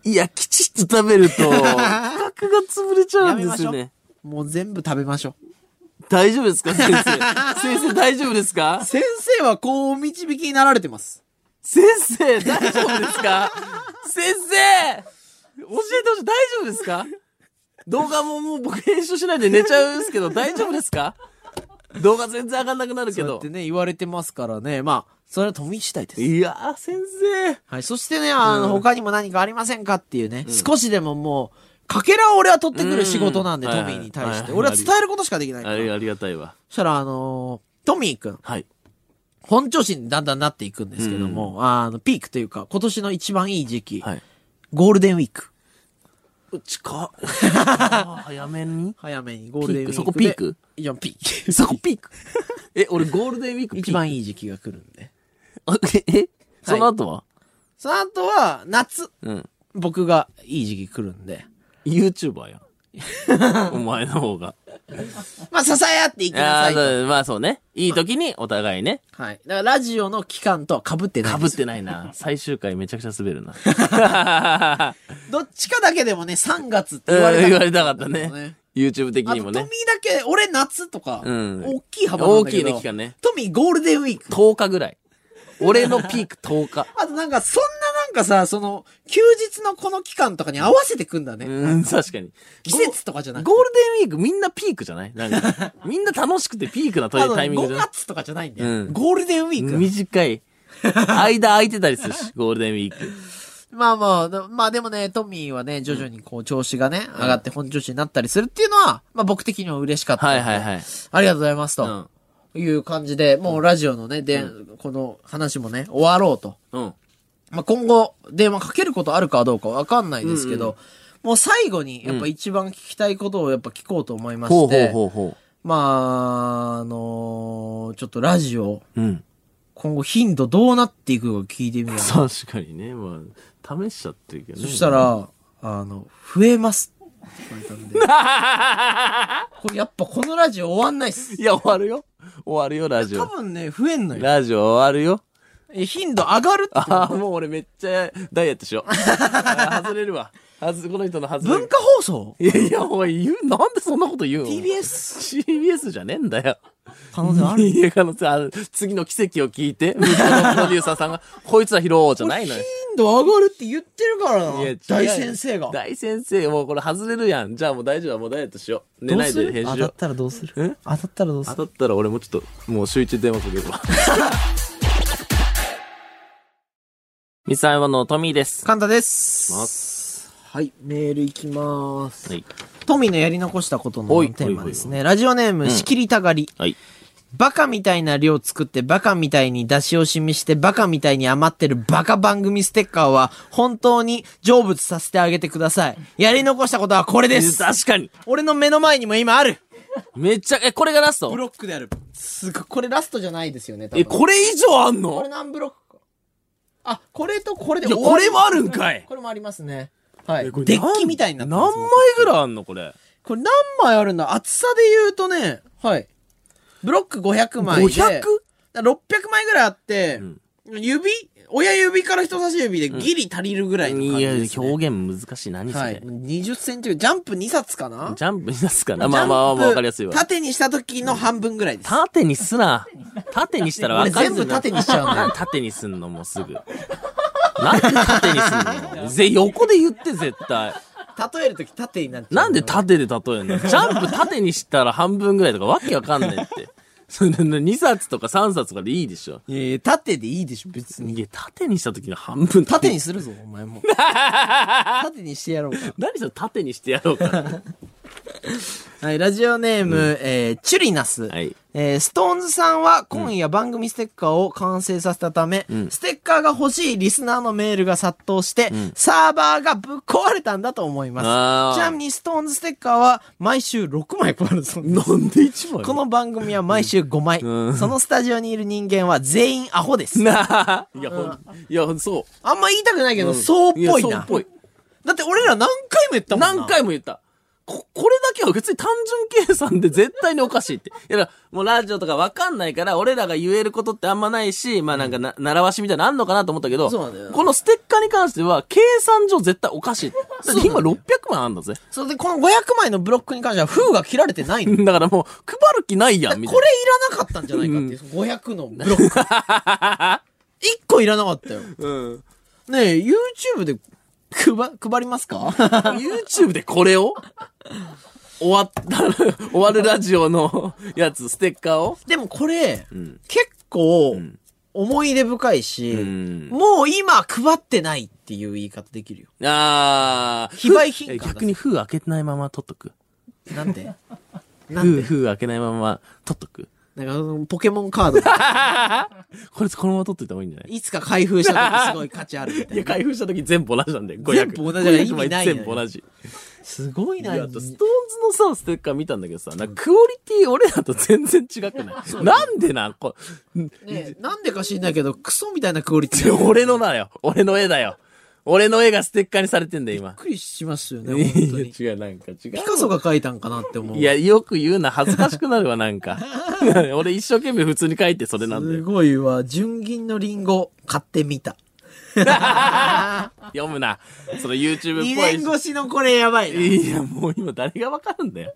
S1: い。いや、きちっと食 べると、企画が潰れちゃうんですよ
S2: やめましょ
S1: ね。
S2: もう全部食べましょう。
S1: 大丈夫ですか先 生。先生大丈夫ですか
S2: 先生はこうお導きになられてます。
S1: 先生、大丈夫ですか先生教えてほしい。大丈夫ですか動画 ももう僕編集しないで寝ちゃうんですけど、大丈夫です か動画全然上がんなくなるけ
S2: そうやっ
S1: ど
S2: て。ね、言われてますからね。まあ、それは富次第です。
S1: いやー、先生。
S2: はい。そしてね、あの、他にも何かありませんかっていうね、少しでももう、かけらを俺は取ってくる仕事なんで、
S1: うん
S2: トミーに対
S1: はい
S2: し
S1: はい
S2: て。
S1: はい
S2: 俺は伝えることしかできないか
S1: あ
S2: ら。
S1: れ
S2: そ
S1: ありがたいわ。
S2: したら、あのートミーくん、
S1: はい。
S2: 本調子にだんだんなっていくんですけども、あの、ピークというか、今年の一番いい時期、
S1: はい。
S2: ゴールデンウィーク。
S1: うち か。あー早めに
S2: 早めにゴールデンウ
S1: ピーク
S2: ィークで。
S1: そこピーク
S2: いや、ピーク。
S1: そ こピーク。え、俺ゴールデンウィークピーク
S2: 一。番いい時期が来るんで。
S1: あ え、えその後は、
S2: その後は、夏。
S1: うん。
S2: 僕がいい時期来るんで。
S1: YouTuber や。 お前の方が。
S2: まあ、支え合っていき
S1: あ
S2: なさ
S1: あ
S2: いと。
S1: ー、まあそうね。いい時にお互いね。
S2: はい。だから、ラジオの期間とは被ってないん
S1: か
S2: です
S1: ぶって
S2: よ
S1: ないな。最終回めちゃくちゃ滑るな。
S2: どっちかだけでもね、3月って
S1: 言
S2: 言わ
S1: わ
S2: れた,、
S1: れたかったね。YouTube 的
S2: あ
S1: にも
S2: と、トミーだ
S1: ね。
S2: け、俺夏とか、
S1: うん
S2: 大きい幅なんだけど。
S1: 大きいね期間ね。
S2: トミーゴールデンウィーク。
S1: 10日ぐらい。俺のピーク10日。
S2: あとなんか、そんななんかさ、その、休日のこの期間とかに合わせてくんだね。
S1: うん、確かに。
S2: 季節とかじゃなくて。
S1: ゴールデンウィークみんなピークじゃないなん か、みんな楽しくてピークなというタイミングじ
S2: 5
S1: ゃない
S2: 月とかじゃないんだよ。
S1: うん
S2: ゴールデンウィーク。
S1: 短 い。間空いてたりするし、ゴールデンウィーク。
S2: まあまあだ、まあでもね、トミーはね、徐々にこう、調子がね、上がって本調子になったりするっていうのは、まあ僕的には嬉しかったん
S1: は
S2: で。
S1: いはいはい。
S2: ありがとうございますと。
S1: うん
S2: いう感じで、もうラジオのね、で、この話もね、終わろうと。
S1: うん。
S2: まあ、今後、電話かけることあるかどうかわかんないですけど、もう最後に、やっぱ一番聞きたいことをやっぱ聞こうと思いまして、
S1: ほうほうほうほ
S2: まあ、あのーちょっとラジオ、
S1: う。うん。
S2: 今後頻度どうなっていくか聞いてみよう。そ
S1: 確かにね、まあ、試しちゃってるけどね。
S2: した、ら、あの、増えますって言われた んで、これやっぱこのラジオ終わんないっす。
S1: いや、終わるよ。終わるよ、ラジ
S2: 多
S1: オ。
S2: 分ね、増えんのよ。
S1: ラジオ終わるよ。
S2: え頻度上がるって。
S1: ああ、もう俺めっちゃダイエットしよう。 あー外れるわ。はず、この人の外れ
S2: 文
S1: る。
S2: 化放送
S1: いやいや、おい、言う、なんでそんなこと言うの
S2: ?TBS?
S1: ?CBS じゃねえんだよ。
S2: 可能性ある
S1: いや、可能性ある。次の奇跡を聞いて、向こうのプロデューサーさん が、こいつは拾おうじゃないのよ。
S2: 頻度上がるって言ってるから
S1: いや
S2: な。大先生が。
S1: 大先生、もうこれ外れるやん。じゃあもう大丈夫だ、もうダイエットしよう。寝ないで編集しよう。
S2: たらどうする
S1: え
S2: 当たったらどう
S1: 当たったら俺もちょっと、もう週一電話かけるわ。 ミサイマのトミーです。
S2: カンタで。
S1: ます
S2: はい、メールいきます。
S1: はい。
S2: トミーのやり残したことの
S1: おい
S2: テーマですね。ラジオネーム、仕切りたがり。
S1: はい。
S2: バカみたいな量作って、バカみたいに出し惜しみして、バカみたいに余ってるバカ番組ステッカーは、本当に成仏させてあげてください。やり残したことはこれです。
S1: 確かに。
S2: 俺の目の前にも今ある。
S1: めっちゃ、え、これがラスト
S2: ロックである。すごい、これラストじゃないですよね、多分
S1: え、これ以上あん
S2: こ
S1: の
S2: れ何ブロックか。あ、これとこれで
S1: いや、
S2: 終わ
S1: これもあるんかい
S2: これもありますね。はい。デ
S1: えこれ
S2: ッキみたいになって
S1: 何
S2: ま
S1: 枚
S2: す
S1: ぐらいあんのこれ。
S2: これ何枚あるんだ厚さで言うとね、はい。ブロック500枚で。
S1: 500?
S2: だから ?600 枚ぐらいあって、指、親指から人差し指でギリ足りるぐらいの感
S1: い
S2: じ
S1: や、
S2: です、ね
S1: 表現難しい。何そ
S2: はい。
S1: れ。
S2: 20センチぐらい。ジャンプ2冊かな
S1: ジャンプに出すかなまあまあまあ、わかりやすいわ
S2: ジャ。ンプ縦にした時の半分ぐらいです。
S1: 縦にすな。縦にしたらわかる
S2: 俺全部縦にしちゃうんだよ
S1: なんで 縦にすんのもうすぐ。なんで縦にすん のぜ、横で言って絶対。
S2: 例える時縦になっちゃう。
S1: なんで縦で例えんのジャンプ縦にしたら半分ぐらいとかわけわかんないって。 それ2冊とか3冊とかでいいでしょ。
S2: いやいや縦でいいでしょ、別 に。
S1: いや、縦にした時の半分。
S2: 縦にするぞ、お 前も。縦にしてやろうか。
S1: 何それ縦にしてやろうか。
S2: はい、ラジオネーム、えー、チュリナス。
S1: はい。
S2: えー、ストーンズさんは今夜番組ステッカーを完成させたため、ステッカーが欲しいリスナーのメールが殺到して、サーバーがぶっ壊れたんだと思い
S1: あ
S2: ま
S1: ー
S2: す。ちなみにストーンズステッカーは毎週6枚配るそうです。
S1: なんで一枚
S2: この番組は毎週5枚。そのスタジオにいる人間は全員アホです。
S1: なあ。 いや、ほん、いや、ほんそ
S2: あんま言いたくないけど、
S1: う。
S2: そうっぽいな。
S1: やそうっぽい。
S2: だって俺ら何回も言ったもんな。
S1: 何回も言った。こ、これだけは別に単純計算で絶対におかしいって。いや、だからもうラジオとかわかんないから、俺らが言えることってあんまないし、まあなんかな、習わしみたいなのあんのかなと思ったけど、
S2: そうなんだよ
S1: このステッカーに関しては、計算上絶対おかしい。だって今600万あんだぜ。
S2: それでこの500枚のブロックに関しては封が切られてないの。こ
S1: だからもう、配る気ないやん、み
S2: れい
S1: たいな。
S2: らなかったんじゃないかっていう。500のブロック。1個いらなかったよ。
S1: うん。
S2: ねえ、YouTube で配、配りますか
S1: YouTube でこれを終わった、 終わるラジオのやつ、ステッカーを
S2: でもこれ、
S1: ん
S2: 結構、思い出深いし、
S1: ん
S2: もう今配ってないっていう言い方できるよ。
S1: あー。
S2: 非売品
S1: え
S2: 感だ
S1: 逆に封開けてないまま取っとく。
S2: なんでなん
S1: 封、
S2: で
S1: 封開けないまま取っとく。
S2: なんかそのポケモンカー ド、
S1: これ、このまま取っといた方がいいんじゃない
S2: いつか開封した時すごい価値あるみた
S1: いや、
S2: いな。
S1: 開封した時全部同じなんだよ。500
S2: 全部同じだから意味ないよ
S1: 全部同じ。
S2: すごい
S1: いや、
S2: な
S1: あと、ストーンズのさ、ステッカー見たんだけどさ、なんかクオリティ俺らと全然違く ないなんでな、こ
S2: ねえなんでか知んないけど、クソみたいなクオリティ。
S1: れ、 俺のだよ。俺の絵だよ。俺の絵がステッカーにされてんだよ、今
S2: びっ。くりしますよね、
S1: い
S2: 本当に。ピ
S1: や違う、なんか違う。
S2: カソが描いたんかなって思う。
S1: いや、よく言うな、恥ずかしくなるわ、なん か。俺一生懸命普通に書いてそれなんだ
S2: す
S1: よ。
S2: ごいわ。純銀のリンゴ、買ってみた。
S1: 読むな。その YouTube
S2: 2
S1: っぽい
S2: 年越しのこれやばいな。
S1: いや、もう今誰がわかるんだよ。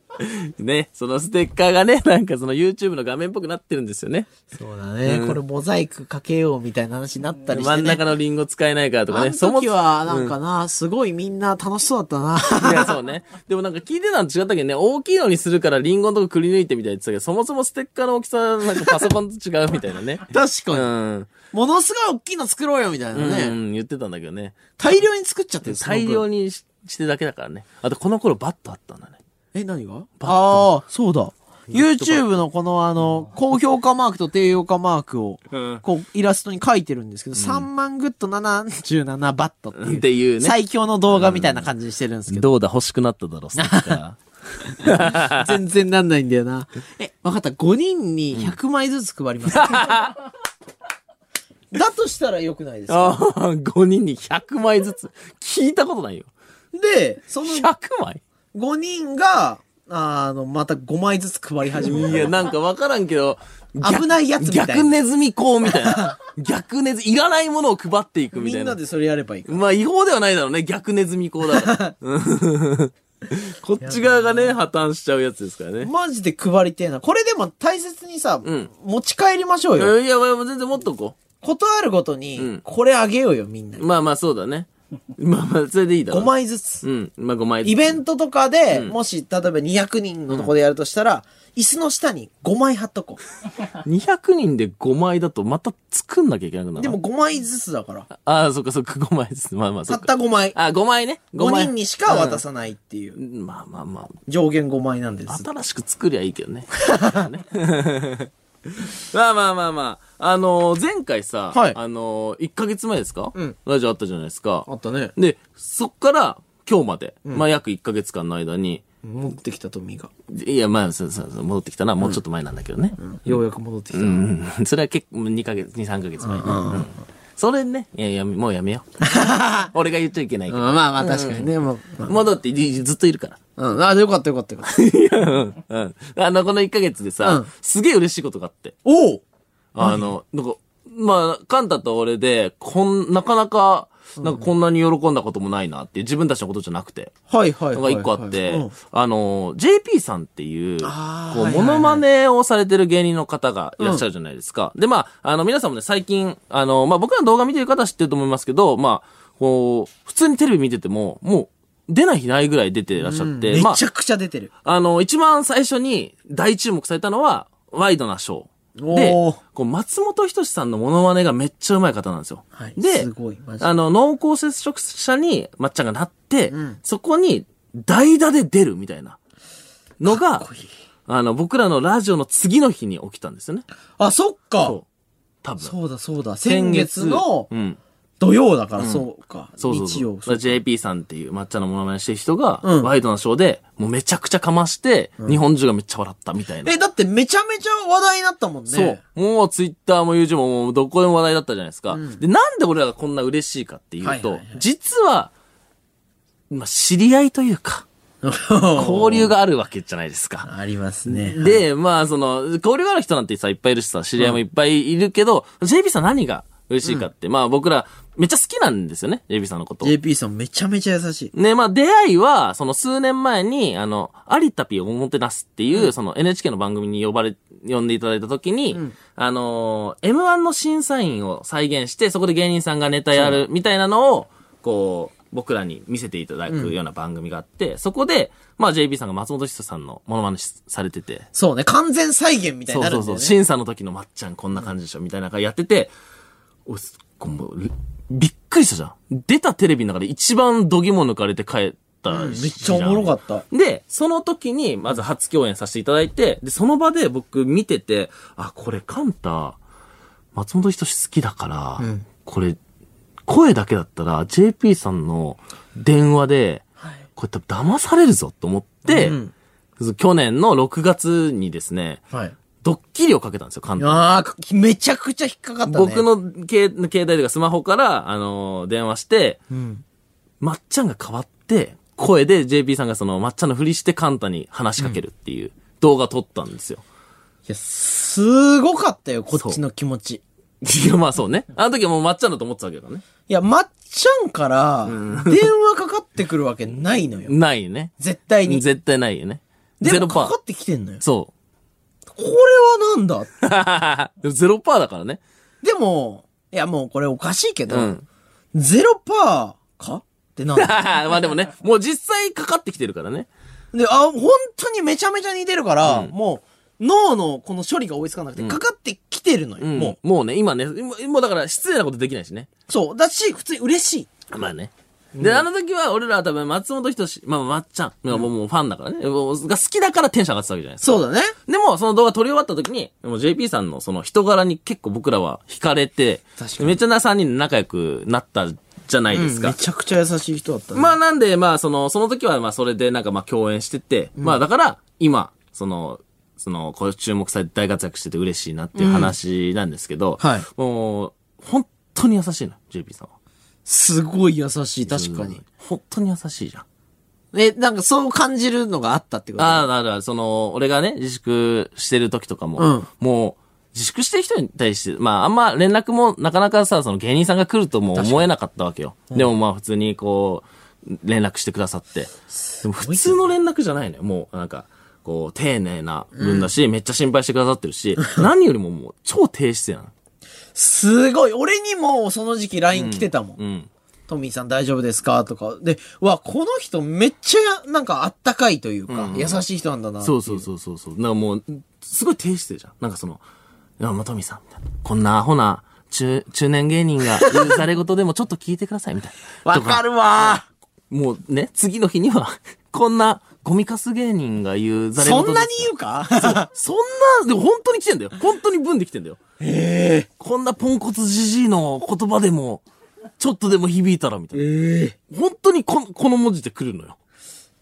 S1: ね、そのステッカーがね、なんかその YouTube の画面っぽくなってるんですよね。
S2: そうだね。これモザイクかけようみたいな話になったりして、ね。
S1: 真ん中のリンゴ使えないからとか
S2: あ
S1: ね。
S2: の
S1: そも
S2: 時は、なんかな、すごいみんな楽しそうだった な。
S1: いや、そうね。でもなんか聞いてたの違ったけどね、大きいのにするからリンゴのとこくり抜いてみたいって言ってたけど、そもそもステッカーの大きさ、なんかパソコンと違うみたいなね。
S2: 確
S1: う
S2: かに、
S1: ん。
S2: ものすごい大きいの作ろうよみたいなね。
S1: うん、言ってたんだけどね。
S2: 大量に作っちゃってる。
S1: 大量
S2: に。
S1: にししてだけだからね。あとこの頃バットあったんだね。
S2: え、何がああ、そうだ。YouTube のこのあの、高評価マークと低評価マークを、こう、イラストに書いてるんですけど、3万グッド77バットっていう。
S1: っていうね
S2: 最強の動画みたいな感じにしてるんですけど、
S1: どうだ欲しくなっただろ、ステッ カ
S2: 全然なんないんだ よな。え、わかった。5人に100枚ずつ配ります。だとしたら良くないです
S1: ー。
S2: か
S1: ああ、5人に100枚ずつ。聞いたことないよ。
S2: で、その
S1: 100枚
S2: 5人が、あの、また5枚ずつ配り始める。
S1: いや、なんかわからんけど、逆
S2: 危ないやつみたいな
S1: 逆ネズミ講みたいな。逆ネズミ、いらないものを配っていくみ
S2: み
S1: た
S2: ん
S1: い
S2: な
S1: な。
S2: でそれやればいいから。
S1: まあ違法ではないだろうね、逆ネズミ講だから。うん こっち側がね、破綻しちゃうやつですからね。
S2: マジで配りてえな。これでも大切にさ、
S1: ん
S2: 持ち帰りましょう
S1: い
S2: よ。
S1: や、いや、もう全然持っとこ
S2: ことあるごとに、
S1: うん
S2: これあげようよ、みんな
S1: う。。まあまあ、そうだね。まあまあ、それでいいだろ
S2: 5
S1: う。
S2: 枚ずつ。
S1: うん、まあ5枚。
S2: イベントとかで、もし、例えば200人のとこでやるとしたら、椅子の下に5枚貼っとこ
S1: 200人で5枚だとまた作んなきゃいけなくな
S2: う。
S1: る。
S2: でも、5枚ずつだから。
S1: ああ、そっかそっか、5枚です。まあまあ、そ
S2: た
S1: っ
S2: っ
S1: か。
S2: た5枚。
S1: あ、5枚ね。
S2: 5
S1: 枚
S2: 人にしか渡さないっていう。
S1: うんまあまあま
S2: 上限5枚なんで
S1: あ、
S2: す。
S1: 新しく作りゃいいけどね。 ねまあまあまあまあ。あのー前回さ、
S2: はい
S1: あのー、1ヶ月前ですか、
S2: うん
S1: ラジオあったじゃないですか。
S2: あったね。
S1: で、そっから今日まで、まあ約1ヶ月間の間に、
S2: 持ってきたトミーが。
S1: いや、まあ、そうそうそう戻ってきたな。もうちょっと前なんだけどね。
S2: ようやく戻ってき
S1: う
S2: た。
S1: んうんそれは結構、2ヶ月、2、3ヶ月前。うんそれね、いやいや、もうやめよう。俺が言っちゃいけないから。
S2: まあまあ、確かにね。もう
S1: 戻ってずっといるから。
S2: うん。あ、よかったよかったよかった。
S1: うん。あの、この1ヶ月でさ、
S2: うん
S1: すげえ嬉しいことがあって。
S2: おう
S1: あの、なんか、まあ、カンタと俺で、こん、なかなか、なんかこんなに喜んだこともないなっていう、自分たちのことじゃなくて。
S2: はいはい
S1: のが
S2: は
S1: 一
S2: い。
S1: 個あって、
S2: うん
S1: あの、JP さんっていう、
S2: あー
S1: こう、
S2: はいは
S1: モ
S2: いはい
S1: ノマネをされてる芸人の方がいらっしゃるじゃないですか。で、まあ、あの、皆さんもね、最近、あの、まあ、僕らの動画見てる方は知ってると思いますけど、まあ、こう、普通にテレビ見てても、もう、出ない日ないぐらい出てらっしゃって、
S2: め
S1: まあ
S2: ちゃくちゃ出てる。
S1: あの、一番最初に大注目されたのは、ワイドなショー。で
S2: おー、
S1: こう松本人志さんのモノマネがめっちゃうまい方なんですよ。
S2: はい
S1: で、
S2: すごいマジで
S1: あの、濃厚接触者にまっちゃんがなって、そこに代打で出るみたいなのが、あの、僕らのラジオの次の日に起きたんですよね。
S2: あ、そっか
S1: そう。多分。
S2: そうだそうだ。先月の
S1: うん。
S2: 土曜だから、そうか。
S1: そうそうそう。だ
S2: 日
S1: から
S2: 曜。
S1: JP さんっていう抹茶のモノマネしてる人が、
S2: うん
S1: ワイドなショーで、もうめちゃくちゃかまして、日本中がめっちゃ笑ったみたいな。
S2: え、だってめちゃめちゃ話題になったもんね。
S1: そう。。もうツイッターも YouTube ももうどこでも話題だったじゃないですか。で、なんで俺らがこんな嬉しいかっていうと、
S2: はいはいはい
S1: 実は、まあ、知り合いというか、交流があるわけじゃないですか。
S2: ありますね。
S1: で、まあ、その、交流がある人なんてさ、いっぱいいるしさ、知り合いもいっぱいいるけど、JB さん何が嬉しいかって、まあ僕ら、めっちゃ好きなんですよね、JB さんのこと。
S2: JP さんめちゃめちゃ優しい。
S1: ね、まあ、出会いは、その数年前に、あの、有田 P をおもてなすっていう、その NHK の番組に呼ばれ、呼んでいただいた時に、あのー M1 の審査員を再現して、そこで芸人さんがネタやるみたいなのを、こう、僕らに見せていただくような番組があって、そこで、まあ、JB さんが松本人志さんのモノマネしされてて、
S2: そうね、完全再現みたい
S1: そ
S2: に
S1: う
S2: なる
S1: そう
S2: んだ
S1: そ
S2: よ
S1: う、
S2: ね。
S1: 審査の時のまっちゃんこんな感じでしょ、みたいな感じやってて、おいすこもうびっくりしたじゃん。出たテレビの中で一番度肝抜かれて帰った、
S2: めっちゃおもろかった。
S1: で、その時に、まず初共演させていただいて、で、その場で僕見てて、あ、これカンタ、松本人志好きだから、これ、声だけだったら、JP さんの電話で、これ多分騙されるぞと思って、去年の6月にですね、
S2: はい。
S1: ドッキリをかけたんですよ、カンタ。
S2: ああ、めちゃくちゃ引っかかったね。
S1: 僕の携携帯というかスマホから、あのー電話して、まっちゃんが変わって、声で JP さんがその、まっちゃんのふりしてカンタに話しかけるっていう動画撮ったんですよ。
S2: いや、すごかったよ、こっちの気持ち。
S1: い や、まあそうね。あの時はもうまっちゃんだと思ってたわけだからね。
S2: いや、まっちゃんから、電話かかってくるわけないのよ。
S1: ないよね。
S2: 絶対に。
S1: 絶対ないよね。
S2: で
S1: ゼ
S2: も
S1: ロ
S2: か
S1: パ
S2: か
S1: ー
S2: っ。てきてんのよ。
S1: そ
S2: これはなんだ
S1: う。 でもゼロパーだからね。
S2: でも、いや、もうこれおかしいけど、
S1: うん。
S2: ゼロパーかって なんだ
S1: まあでもね、もう実際かかってきてるからね。
S2: で、あ、本当にめちゃめちゃ似てるから、もう、脳のこの処理が追いつかなくて、かかってきてるのよ、
S1: うん、
S2: も
S1: もう。もうね、今ね、もうもうだから失礼なことできないしね。
S2: う。そう。だし、普通に嬉しい。
S1: まあね。で、あの時は、俺らは多分、松本人志、まあ、まっちゃん、もうもうファンだからね、もうが好きだからテンション上がってたわけじゃないですか。
S2: そうだね。
S1: でも、その動画撮り終わった時に、もう JP さんのその人柄に結構僕らは惹かれて、
S2: 確かに
S1: めっちゃな3人で仲良くなったじゃないですか。
S2: めちゃくちゃ優しい人だったね。
S1: まあなんで、まあその、その時はまあそれでなんかまあ共演してて、まあだから今、その、その、こう注目されて大活躍してて嬉しいなっていう話なんですけど、
S2: はい
S1: もう、本当に優しいの、JP さんは。
S2: すごい優しい、確かに。。
S1: 本当に優しいじゃん。
S2: え、なんかそう感じるのがあったってこと
S1: ああ、だから、その、俺がね、自粛してる時とかも、
S2: うん
S1: もう、自粛してる人に対して、まあ、あんま連絡もなかなかさ、その芸人さんが来るとも思えなかったわけよ。でもまあ、普通にこう、連絡してくださって。でも普通の連絡じゃないのよ。もう、なんか、こう、丁寧な分だし、めっちゃ心配してくださってるし、何よりももう、超低姿勢なの。
S2: すごい。俺にもその時期 LINE 来てたもん。
S1: うん。
S2: トミーさん大丈夫ですかとか。で、うわ、この人めっちゃなんかあったかいというか、優しい人なんだな。
S1: そうそうそうそうそう。なんかもう、すごい低姿勢じゃん。なんかその、いや、まとみさん、みたいな。こんなアホな、中、中年芸人が言うざれ事でもちょっと聞いてください、みたいな。
S2: わかるわ
S1: もうね、次の日には、 こんな、ゴミカス芸人が言うざれ
S2: そ
S1: 事
S2: んなに
S1: です
S2: 言うか
S1: そんな、でも本当に来てんだよ。本当に文で来てんだよ。ええこんなポンコツじじいの言葉でも、ちょっとでも響いたら、みたいな。本当にこ、この文字で来るのよ。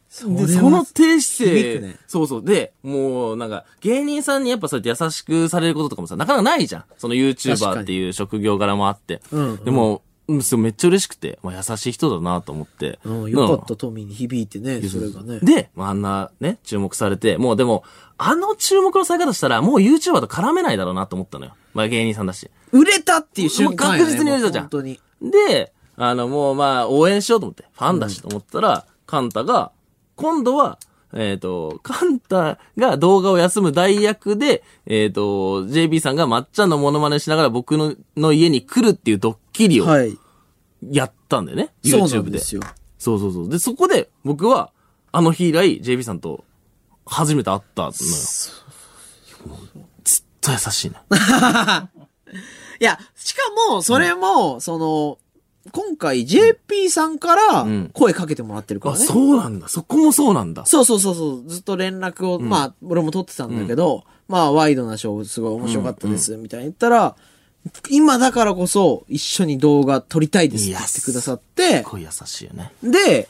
S1: で、
S2: それは
S1: その低
S2: 響
S1: 姿勢、
S2: くね
S1: そうそう。で、もう、なんか、芸人さんにやっぱそうやって優しくされることとかもさ、なかなかないじゃん。その YouTuber っていう職業柄もあって。でも、うん、そうめっちゃ嬉しくて、まあ、優しい人だなと思って。
S2: うん、よか
S1: うん
S2: った、トミーに響いてね、それがね。
S1: で、まあ、あんなね、注目されて、もうでも、あの注目のされ方したら、もう YouTuber と絡めないだろうなと思ったのよ。まあ芸人さんだし。
S2: 売れたっていう瞬間やね、
S1: もう確実に売れたじゃん
S2: もう本当に。
S1: で、あの、もうまあ、応援しようと思って、ファンだしと思ったら、カンタが、今度は、えっ、と、カンタが動画を休む代役で、えっ、と、JB さんがまっちゃんのモノマネしながら僕のの家に来るっていうドッキリを
S2: はい。
S1: やったんだよね。
S2: そうなん
S1: YouTube
S2: で
S1: です
S2: よ。
S1: そうそうそう。で、そこで僕は、あの日以来、JB さんと初めて会ったのよ。もうそ優しいね。
S2: いや、しかも、それも、その、今回 JP さんから
S1: ん
S2: 声かけてもらってるから
S1: あ、
S2: ね。
S1: そうなんだ。そこもそうなんだ。
S2: そうそうそうそう、ずっと連絡を、まあ、俺も取ってたんだけど、まあ、ワイドなショー、すごい面白かったです、みたいに言ったら、今だからこそ、一緒に動画撮りたいですって言ってくださっ
S1: す、
S2: て
S1: ごい優しいよね。
S2: で、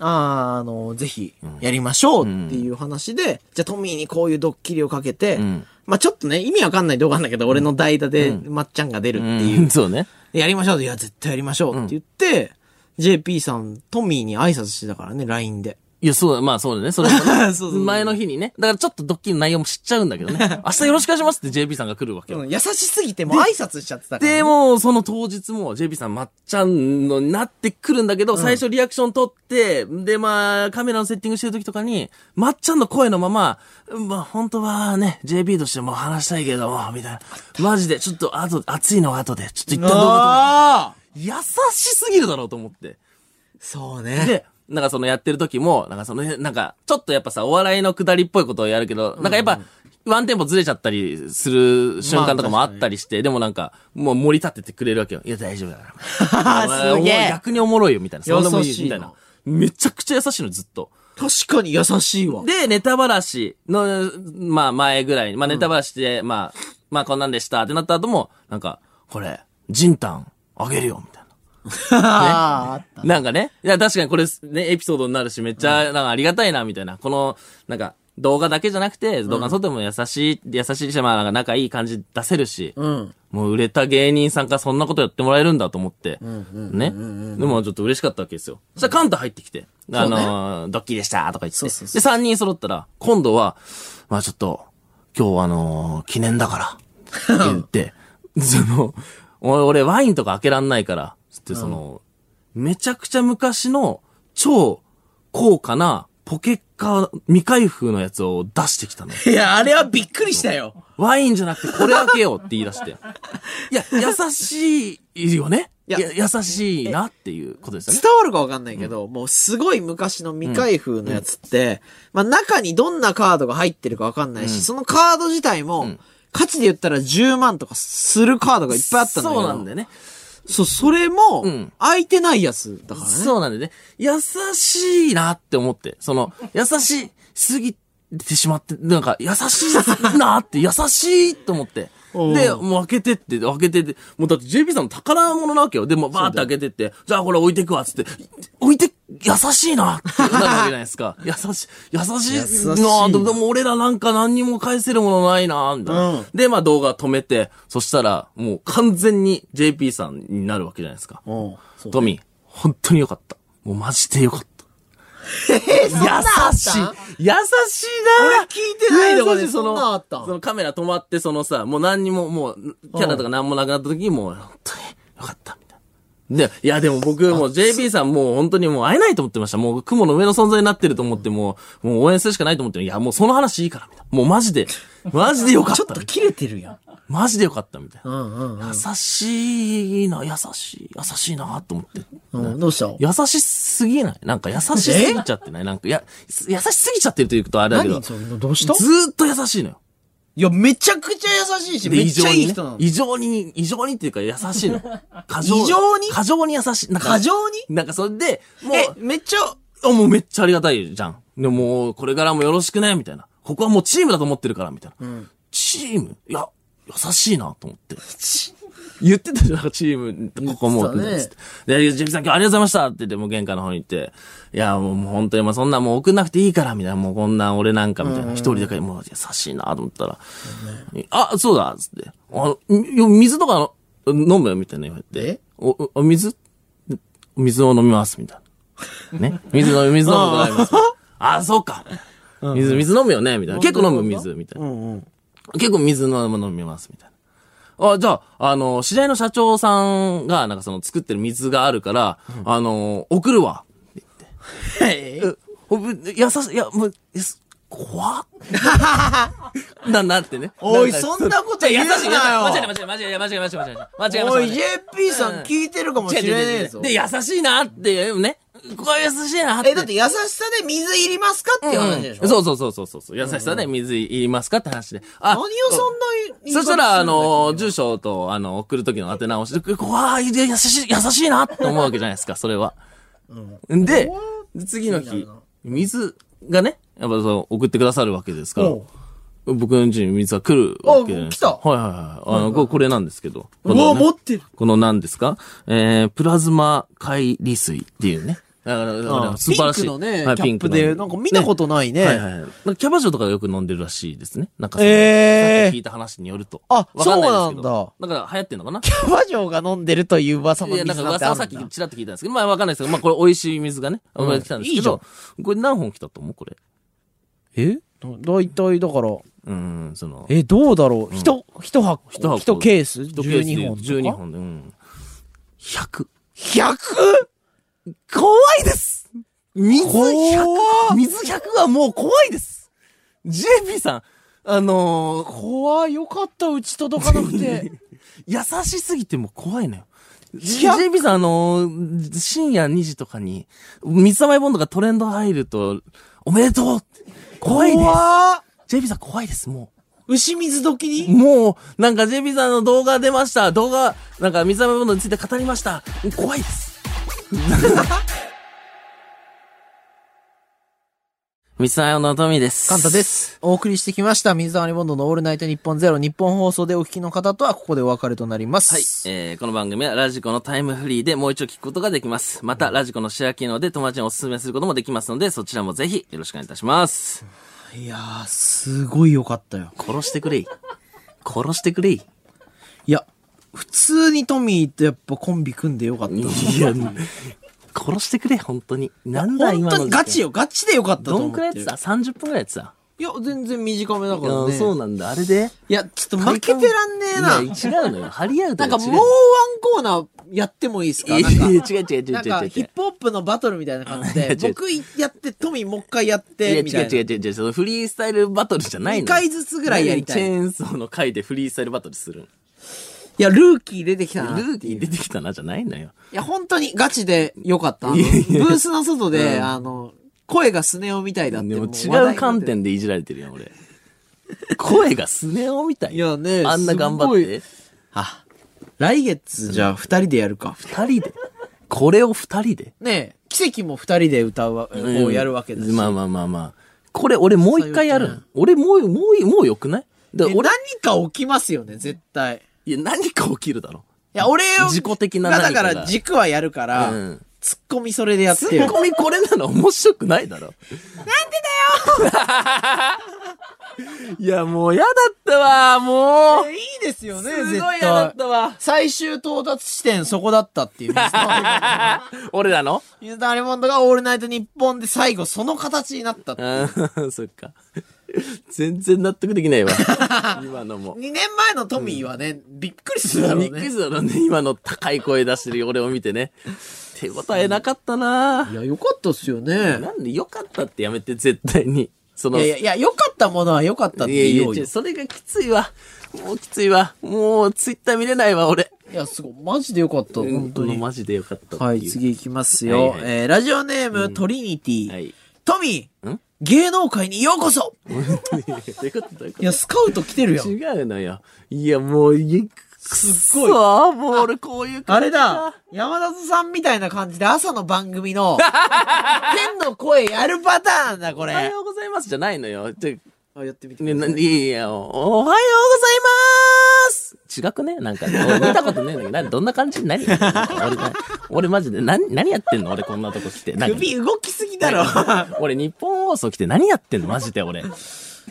S2: あーあの、ぜひ、やりましょうっていう話で、じゃあトミーにこういうドッキリをかけて、
S1: ん
S2: まあちょっとね、意味わかんない動画なんだけど、俺の代打で、まっちゃんが出るっていう、
S1: うん、そうね。
S2: やりましょういや、絶対やりましょうって言って、JP さん、トミーに挨拶してたからね、LINE で。
S1: いや、そうだ、まあそうだね。それもね
S2: そうそう
S1: 前の日にね。だからちょっとドッキリの内容も知っちゃうんだけど ね。明日よろしくお願いしますって JB さんが来るわけよ。
S2: 優しすぎて、もう挨拶しちゃってたから、ね。
S1: で、もうその当日も JB さんまっちゃんのになってくるんだけど、最初リアクション取って、でまあカメラのセッティングしてる時とかに、まっちゃんの声のまま、まあ本当はね、JB としても話したいけども、みたいな。マジで、ちょっと後、熱いのは後で、ちょっと一旦どうぞ。
S2: ああ
S1: 優しすぎるだろうと思って。
S2: そう ね。
S1: で、なんかそのやってる時も、なんかその、なんか、ちょっとやっぱさ、お笑いのくだりっぽいことをやるけど、なんかやっぱ、ワンテンポずれちゃったりする瞬間とかもあったりして、でもなんか、もう盛り立ててくれるわけよ。いや、大丈夫だ から。お
S2: すげえ
S1: 前逆におもろいよ、みたいな。そんなもんいいよみたい
S2: 優
S1: な。めちゃくちゃ優しいの、ずっと。
S2: 確かに優しいわ。
S1: で、ネタばらしの、まあ前ぐらいに、まあネタばらしで、まあ、まあこんなんでしたってなった後も、なんか、これ、ジンタンあげるよ、みたいな。
S2: ああ、
S1: なんかね。いや、確かにこれ、ね、エピソードになるし、めっちゃ、なんかありがたいな、みたいな。この、なんか、動画だけじゃなくて、動画の外でも優しい、優しいし、まあ、なんか仲いい感じ出せるし、
S2: ん
S1: もう売れた芸人さんからそんなことやってもらえるんだと思って、ね。でもちょっと嬉しかったわけですよ。そしたらカンタ入ってきて、あのードッキリでしたとか言って。
S2: そうそう
S1: で、3人揃ったら、今度は、まあちょっと、今日はあのー記念だから、って言って、その、俺、俺ワインとか開けらんないから、つってその、めちゃくちゃ昔の超高価なポケカー未開封のやつを出してきたの。
S2: いや、あれはびっくりしたよ。
S1: ワインじゃなくてこれ開けようって言い出して。いや、優しいよねい
S2: いや
S1: や、優しいなっていうことですよ
S2: 伝
S1: ね。
S2: わるかわかんないけど、もうすごい昔の未開封のやつって、まあ中にどんなカードが入ってるかわかんないし、そのカード自体も、価値で言ったら10万とかするカードがいっぱいあったんだけど。
S1: そうなんだよね。
S2: そう、それも
S1: ん、
S2: 開いてないやつだからね。
S1: そうなんでね。優しいなって思って、そ の、優しすぎてしまって、なんか、優しいなって、優しいと思って。
S2: おう
S1: で、もう開けてって、開けてって、もうだって JP さんの宝物なわけよ。で、もうバーって開けてって、じゃあこれ置いてくわ、つって、置いて、優しいなってなるわけじゃないです か。優しい、優しいな
S2: 優しい
S1: ぁと、でも俺らなんか何にも返せるものないなぁみたいな。
S2: うん
S1: で、まあ動画止めて、そしたら、もう完全に JP さんになるわけじゃないですか。
S2: うん。そう
S1: トミー、本当によかった。もうマジでよかった。優しい優しい
S2: 俺
S1: な
S2: 聞いてないとこ
S1: 優
S2: で
S1: しい
S2: そんなあった
S1: そのカメラ止まって、そのさ、もう何にも、もう、キャラとか何もなくなった時に、もう、本当によかった、みたいな。で、いや、でも僕、もう JP さんもう本当にもう会えないと思ってました。もう雲の上の存在になってると思って、もう、もう応援するしかないと思って、いや、もうその話いいから、みたいな。もうマジで、マジでよかった。
S2: 切れてるやん。
S1: マジでよかった、みたいな。
S2: うんうん
S1: 優しいな、優しい、優しいな、と思って。
S2: うん。どうした
S1: 優しすぎないなんか優しすぎちゃってないなんか、や、優しすぎちゃってるというとあれだけど、
S2: 何
S1: ず
S2: それどうした
S1: ーっと優しいのよ。
S2: いや、めちゃくちゃ優しいし、
S1: で、
S2: めっ
S1: 異
S2: ち
S1: 常
S2: ゃい
S1: に
S2: い
S1: ね
S2: 人なの。
S1: 異常に、異常にっていうか優しい の。過
S2: 異常に
S1: 過剰に優しい。なんか
S2: 過剰に
S1: なんかそれで、も
S2: え、
S1: う、
S2: めっちゃ、
S1: あもうめっちゃありがたいじゃん。でも、これからもよろしくね、みたいな。ここはもうチームだと思ってるから、みたいな。チームいや、優しいな、と思って。 言ってたじゃん、なんかチーム、ここもう、
S2: 言ってたね
S1: つってで、ジェフさん今日ありがとうございましたって言って、もう玄関の方に行って、いや、もうもう本当に、まあそんなもう送んなくていいから、みたいな、もうこんな俺なんか、みたいな、一人だけ、もう優しいなと思ったら、あ、そうだ、つって、あの、み水とか飲むよ、みたいな言われて、お、お水水を飲みます、みたいな。ね。水飲み、水飲むことあります。あ、そうか。水、水飲むよね、みたいな。結構飲む、水、みたいな。結構水のもの飲みます、みたいな。あ、じゃあ、あの、知り合いの社長さんが、なんかその作ってる水があるから、あの、送るわ。
S2: え
S1: えおぶ優しい、いや、もう、えす怖っな、なってね。
S2: おい、
S1: なんか
S2: そんなこと
S1: 優
S2: 言う
S1: しい、優しい。
S2: なよ。
S1: 間違えた、間違えた、間違えた、間違えた、間違えた。間違えました間違えました。
S2: おい、JP さん聞いてるかもしれねえぞ。
S1: で、優しいなって、ね。ここは優しいなって。
S4: え、だって優しさで水いりますかっていう話でしょ、
S1: そうそうそうそうそう。優しさで水いりますかって話で。あ
S4: 何をそんな言い
S1: そ
S4: 方
S1: したら、あ
S4: する
S1: の、
S4: んだっ
S1: 住所と、あの、送る時の当て直しで、こわー、いや優しい、優しいなって思うわけじゃないですか、それは。んで、次の日、水がね、やっぱそう、送ってくださるわけですから、僕の家に水が来るわけじゃないですか。
S4: あ来た
S1: はいはいはい。あの、これこれなんですけど。
S4: けう
S1: この
S4: わ、
S1: ね
S4: 持ってる。
S1: この何ですかえー、プラズマ解離水っていうね。だから、だから素晴らしい。
S2: ピンクのね、
S1: はい
S2: キャップで、なんか見たことないね。
S1: はいはいはい。なんかキャバ嬢とかよく飲んでるらしいですね。なんかその、
S2: えー
S1: さっき聞いた話によると。
S2: あ
S1: わかんないですけど
S2: そ
S1: だ。から流行ってんのかな
S2: キャバ嬢が飲んでるという噂の
S1: いや、な
S2: 水
S1: んか
S2: なんて
S1: 噂
S2: あ
S1: を
S2: る
S1: さっ
S2: ん
S1: き
S2: だ
S1: ちらっと聞いたんですけど、まあわかんないですけど、まあこれ美味しい水がね、生まれてきたんですけど、これ何本来たと思うこれ。
S2: えだいたいだから、
S1: うーん、その、
S2: え、どうだろう一、一箱、
S1: 一箱
S2: 一ケース
S1: 一ケースで
S2: ?12 本とか。
S1: 12。本で、うん。100。
S2: 100!
S1: 怖いです水
S2: 怖
S1: 100! 水100はもう怖いです !JP さん、あのー、
S2: 怖い、よかった、うち届かな くて。
S1: 優しすぎてもう怖いのよ。
S2: いや
S1: JB さん、あのー深夜2時とかに、水溜りボンドがトレンド入ると、おめでとうって怖いで
S2: 怖っ
S1: す !JB さん怖いです、も
S2: 牛水時
S1: う。
S2: に
S1: もう、なんか JB さんの動画出ました動画、なんか水溜りボンドについて語りました怖い です水溜りのトミーです。
S2: カンタで。す。お送りしてきました、水溜りボンドのオールナイト日本ゼロ日本放送でお聞きの方とは、ここでお別れとなりま
S1: はい
S2: す。。
S1: えーこの番組はラジコのタイムフリーでもう一度聞くことができます。また、ラジコのシェア機能で友達におすすめすることもできますので、そちらもぜひよろしくお願いいたします。
S2: い。やー、すごいよかったよ。
S1: 殺してくれい。殺してくれい。
S2: いや、普通にトミーとやっぱコンビ組んでよかった。
S1: いや、殺してくれ、本当に。なんだ
S2: 本
S1: 今の。
S2: 当にガチ
S1: よ。
S2: よ、ガチでよかったと
S1: ど
S2: 思
S1: ん
S2: って
S1: くらいやってた ?30 分くらいやってた。
S2: いや、全然短めだ
S1: い
S2: から
S1: や
S2: ね。
S1: そうなんだ。あれで
S2: いや、ちょっと負けてらんねえな。
S1: いや違うのよ。張り合うと
S2: なんかもうワンコーナーやってもいいです
S1: いや
S2: か
S1: い
S2: なんか
S1: や違う違う違う違う違う。
S2: なんかヒップホップのバトルみたいな感じ
S1: いや違
S2: で
S1: う、
S2: 僕やって、トミーもう一回やっ
S1: いや
S2: て、みたい
S1: 違う
S2: な。
S1: 違う違う違う。そのフリースタイルバトルじゃないのよ。
S2: 二回ずつぐらいやりたい
S1: 何チェーンソーの回でフリースタイルバトルするの
S2: いや、ルーキー出てきたな。
S1: ル
S2: い
S1: ーティー出てきたなじゃないのよ。
S2: や、本当にガチでよかった。あのブ
S1: いやいや
S2: ースの外で、あの、声がスネ夫みたいだ
S1: で
S2: って。
S1: も
S2: う話題
S1: 違う
S2: になっ
S1: 観
S2: てる。
S1: 点でいじられてるよ、俺。声がスネ夫みたい。
S2: いやね
S1: あんな頑張って。
S2: あ、来月じゃあ二人でやるか。
S1: 二人で。これを二人で。
S2: ねえ、奇跡も二人で歌うわ、こうやるわけだし。
S1: まあまあまあまあ。これ俺もう一回やるん。俺もう、もう、もうよくないで
S2: え
S1: 俺、
S2: 何か起きますよね、絶対。
S1: いや、何か起きるだろ。
S2: いや、俺を、
S1: 自己的な何かが
S2: だから軸はやるから、
S1: うん
S2: ツッコミそれでやって
S1: ツ
S2: よ。
S1: ッコミこれなら面白くないだろ。なんでだよいや、もう嫌だったわ、もう。
S2: いいですよね、
S1: す
S2: 絶
S1: ごい
S2: 対。
S1: 嫌だったわ。
S2: 最終到達地点そこだったっ ていう。
S1: 俺らの
S2: 水溜りボンドがオールナイト日本で最後その形になった。2
S1: あー そっか。全然納得できない わ。今のも。
S2: 年前のトミーはね、びっくりするだろ
S1: び
S2: う
S1: っくり
S2: ね。
S1: するだろうね。今の高い声出してる俺を見てね。手応えなかったない
S2: や、よかったっすよね。
S1: なんでよかったってやめて、絶対に。そ
S2: い
S1: の、
S2: やいや、いや、よかったものはよかったっ
S1: いや
S2: て
S1: い
S2: 言
S1: や
S2: おう
S1: 違
S2: よ。
S1: う
S2: い
S1: それがきついわ。もうきついわ。もうツイッター見れないわ、俺。
S2: や、すごい。マジでよかった、本当
S1: うん
S2: に。
S1: マジでよかったっていう。
S2: はい、次いきますよ。
S1: はいはい
S2: えー、ラジオネーム、トリニティ。
S1: はい。
S2: トミー
S1: ん
S2: 芸能界にようこそ
S1: どういうことどういうこ
S2: いや、スカウト来てるよ
S1: と。違うのよ。いや、もう、い
S2: すっごい
S1: くそもう俺こういう感
S2: あ
S1: じ
S2: れだ、山田さんみたいな感じで朝の番組 の、天の声やるパターンだ、こ
S1: おは
S2: れ。
S1: ようございますじゃないのよ。て
S2: あ、やってみて
S1: ね、な、いやいや、おおはようございます違くねなんか、俺見たことねえんだ けど、などんな感じ何なんか俺な、俺マジで、何、何やってんの俺こんなとこ来て。なんか
S2: 首動きすぎだろ。
S1: 俺日本放送来て何やってんのマジで俺。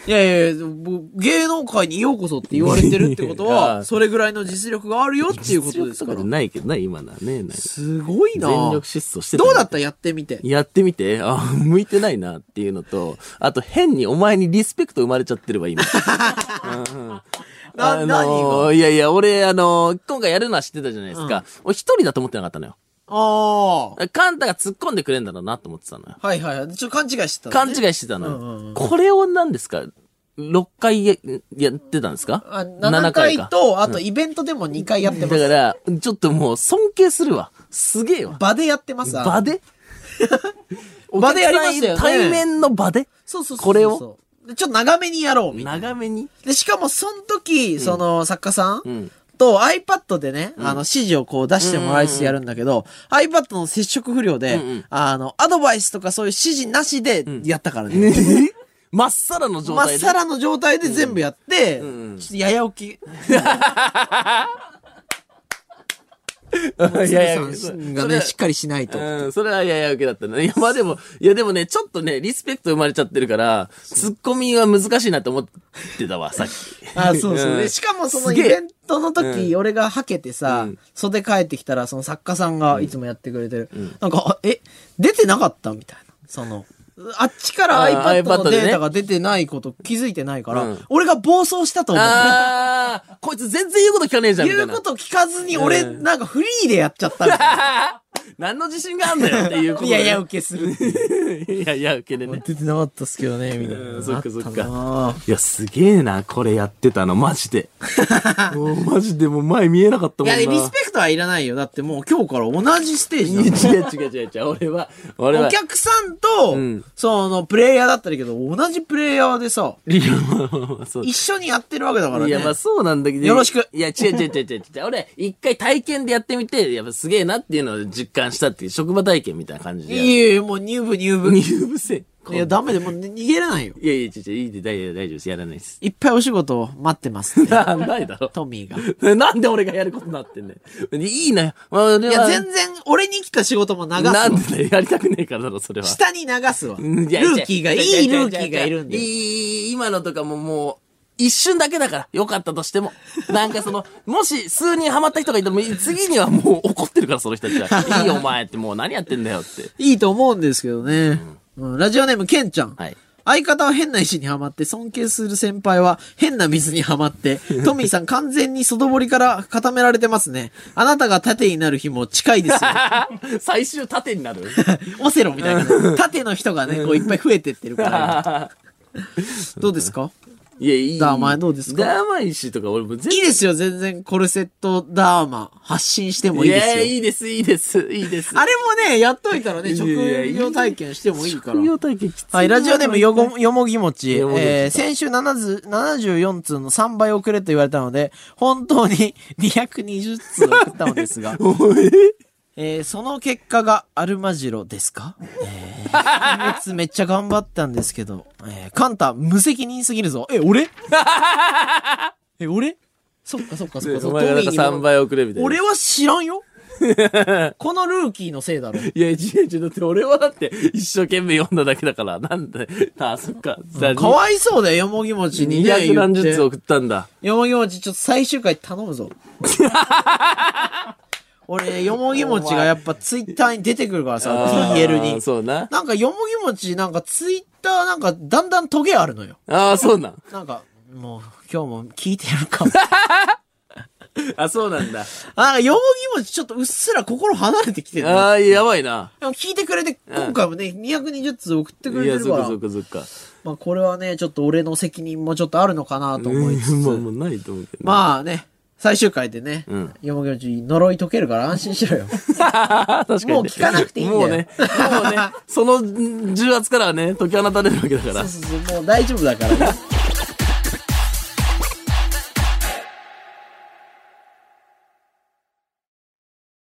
S2: いやいやいや、もう芸能界にようこそって言われてるってこと
S1: いや
S2: は、それぐらいの実力があるよっていうことで
S1: 実
S2: すか
S1: 力と
S2: ら
S1: か。ないけどな、今のはね。なんか
S2: すごいな
S1: 全力疾走して
S2: どうだった
S1: よ
S2: やってみて。
S1: やってみて、あ、向いてないなっていうのと、あと変にお前にリスペクト生まれちゃってるわ、 今。
S2: な、
S1: あ
S2: 何が
S1: のーいやいや、俺、あのー今回やるのは知ってたじゃないですか。俺一人だと思ってなかったのよ。
S2: あ
S1: カンタが突っ込んでくれんだろうなと思ってたのよ。
S2: あ。はいはいはい。ちょっと勘違いしてた。
S1: 勘違いしてたのよ。
S2: うんうんうん
S1: これを何ですか ?6 回ややってたんですか
S2: あ7回
S1: か。
S2: と、あとイベントでも2回やって
S1: だ
S2: ま
S1: か
S2: す。
S1: ら、ちょっともう尊敬するわ。すげえわ。
S2: 場でやってます。あの
S1: 場で
S2: 場でやりましたよね。
S1: 対面の場で
S2: そうそうそうそう。
S1: これを
S2: でちょっと長めにやろうみたいな。
S1: 長めに
S2: で、しかもその時、その作家さん、
S1: ん
S2: と iPad でね、あの指示をこう出してもらいつつやるんだけど、iPad の接触不良で、
S1: んうん
S2: あの、アドバイスとかそういう指示なしでやったからね。
S1: まっさらの状
S2: まっ
S1: 態で。
S2: さらの状態で全部やって、
S1: ん
S2: ちょっとやや起き。
S1: いやいや、そ
S2: 鶴さん
S1: れ
S2: がね、しっかりしないと。
S1: うん、それはやや受けだったね。いや、まあでも、いやでもね、ちょっとね、リスペクト生まれちゃってるから、ツッコミは難しいなって思ってたわ、さっき。
S2: あ、 そうそう、
S1: うん
S2: でしかもその
S1: す
S2: イ
S1: げえ
S2: ベントの時、俺がはけてさ、
S1: うん
S2: 袖帰ってきたら、その作家さんがいつもやってくれてる。なんか、あえ、出てなかったみたいな。その、あっちから
S1: あ
S2: iPad の
S1: iPad でね
S2: データが出てないこと気づいてないから、
S1: うん
S2: 俺が暴走したと思う。
S1: あー、こいつ全然言うこと聞かねえじゃん、みた
S2: 言
S1: いうな。
S2: こと聞かずに、俺、
S1: うん
S2: なんかフリーでやっちゃったみた いな。
S1: 何の自信があんだよっていうこと
S2: い
S1: で
S2: やいや、受けす る。
S1: いやいや、受けでね。
S2: 出てなかったっすけどね、みたい
S1: うん
S2: な。
S1: そっかそっか
S2: あたない
S1: や、すげえな、これやってたの、マジ で。もうマジでもう前見えなかった
S2: い
S1: もん
S2: や、
S1: な。
S2: リスペクトはいらないよ。だってもう今日から同じステージだも
S1: い
S2: ん
S1: や違う違う違う違う、俺は、俺は。
S2: お客さんと、
S1: うん
S2: その、プレイヤーだったらいいけど、同じプレイヤーでさ、
S1: いや、まあまあまあそう
S2: 一緒にやってるわけだからね。
S1: いや、まあそうなんだけど。
S2: よろしく
S1: いや、違う違う違う違う違う。俺、一回体験でやってみて、やっぱすげえなっていうのを実感したっていう、職場体験みたいな感じで。
S2: いやいや、もう入部入部。い
S1: 入部せ。い
S2: や、ダメで、もう逃げれないよ。
S1: やいや、違う違う、いいで、大丈夫、大丈夫です。やらないです。
S2: いっぱいお仕事を待ってま すね、
S1: な、ないだろ。
S2: トミーが。
S1: なんで俺がやることになってんねん。いいなよ。まあ、俺
S2: い
S1: は
S2: や、全然、俺に来た仕事も流す
S1: な
S2: わ。
S1: んでだよやりたくねえからだろ、それは。
S2: 下に流すわ。ル
S1: うんいや
S2: ーキーが、い
S1: 違う
S2: い
S1: 違
S2: ル
S1: う違う違う
S2: ーキーがいるんで。
S1: いい今のとかももう、一瞬だけだから、よかったとしても。なんかその、もし数人ハマった人がいたら、もう次にはもう怒ってるから、その人たちは。いいよ、お前って、もう何やってんだよって。
S2: いいと思うんですけどね。うんラジオネーム、ケンちゃん。
S1: はい
S2: 相方は変な石にはまって、尊敬する先輩は変な水にはま って、トミーさん完全に外堀から固められてますね。あなたが盾になる日も近いで すよ。
S1: 最終盾になる
S2: オセロみたいな。盾の人がね、こういっぱい増えてってる から。どうですか
S1: いや、いい。
S2: ダーマイどうですか
S1: ダーマイ氏とか俺も全
S2: いいですよ、全然コルセットダーマ発信してもいいで
S1: や、
S2: すよ。
S1: いいです、いいです、いいです。
S2: あれもね、やっといたらね、
S1: いや
S2: 職
S1: いや
S2: 業体験してもいいから。
S1: 職業体験きついな。
S2: はい、ラジオネームよご、よもぎもち。え
S1: よもぎもち
S2: ー、先週70 74通の3倍遅れと言われたので、本当に 220通送ったので すが、えー、その結果がアルマジロですかえー、今月めっちゃ頑張ったんですけど、えー、カンタ無責任すぎるぞ。え、俺 え、俺そっかそっかそっかそ
S1: お
S2: っ
S1: 前がなんか3
S2: か。
S1: 倍遅れみたいな。
S2: 俺は知ら んよこのルーキーのせいだろ。
S1: いや、違う違う。だって俺はだって一生懸命読んだだけだから。なんで、あそっか。じゃあ
S2: かわいそうだよ、よもぎもちにね。
S1: 200何
S2: 言
S1: 十
S2: って
S1: 通送ったんだ。
S2: よもぎもち、ちょっと最終回頼む ぞ。俺、よもぎもちがやっぱツイッターに出てくるからさ、TL
S1: あー
S2: に。
S1: そうな。
S2: なんかよもぎもち、なんかツイッターなんかだんだんトゲあるのよ。
S1: ああ、そうなん。
S2: なんか、もう、今日も聞いてやる か。
S1: あ、そうなんだ。
S2: なんかよもぎもちちょっとうっすら心離れてきてるのよ
S1: ああ、やばいな。
S2: でも聞いてくれて、今回もね、220通送って
S1: い
S2: くれて
S1: や、
S2: る
S1: そ
S2: か
S1: っからそっ、かそっか。
S2: まあこれはね、ちょっと俺の責任もちょっとあるのかなと思いつ
S1: うんまあ、
S2: つ。
S1: もうないと思うけど。
S2: まあね、最終回でね、
S1: ん
S2: よもぎもち呪い解けるから安心しろよ。
S1: あ、 確かにね。
S2: もう聞かなくていいんだよ
S1: もうね、もうね、そのん重圧からはね、解き放たれるわけだから。
S2: そうそうそうもう大丈夫だからね。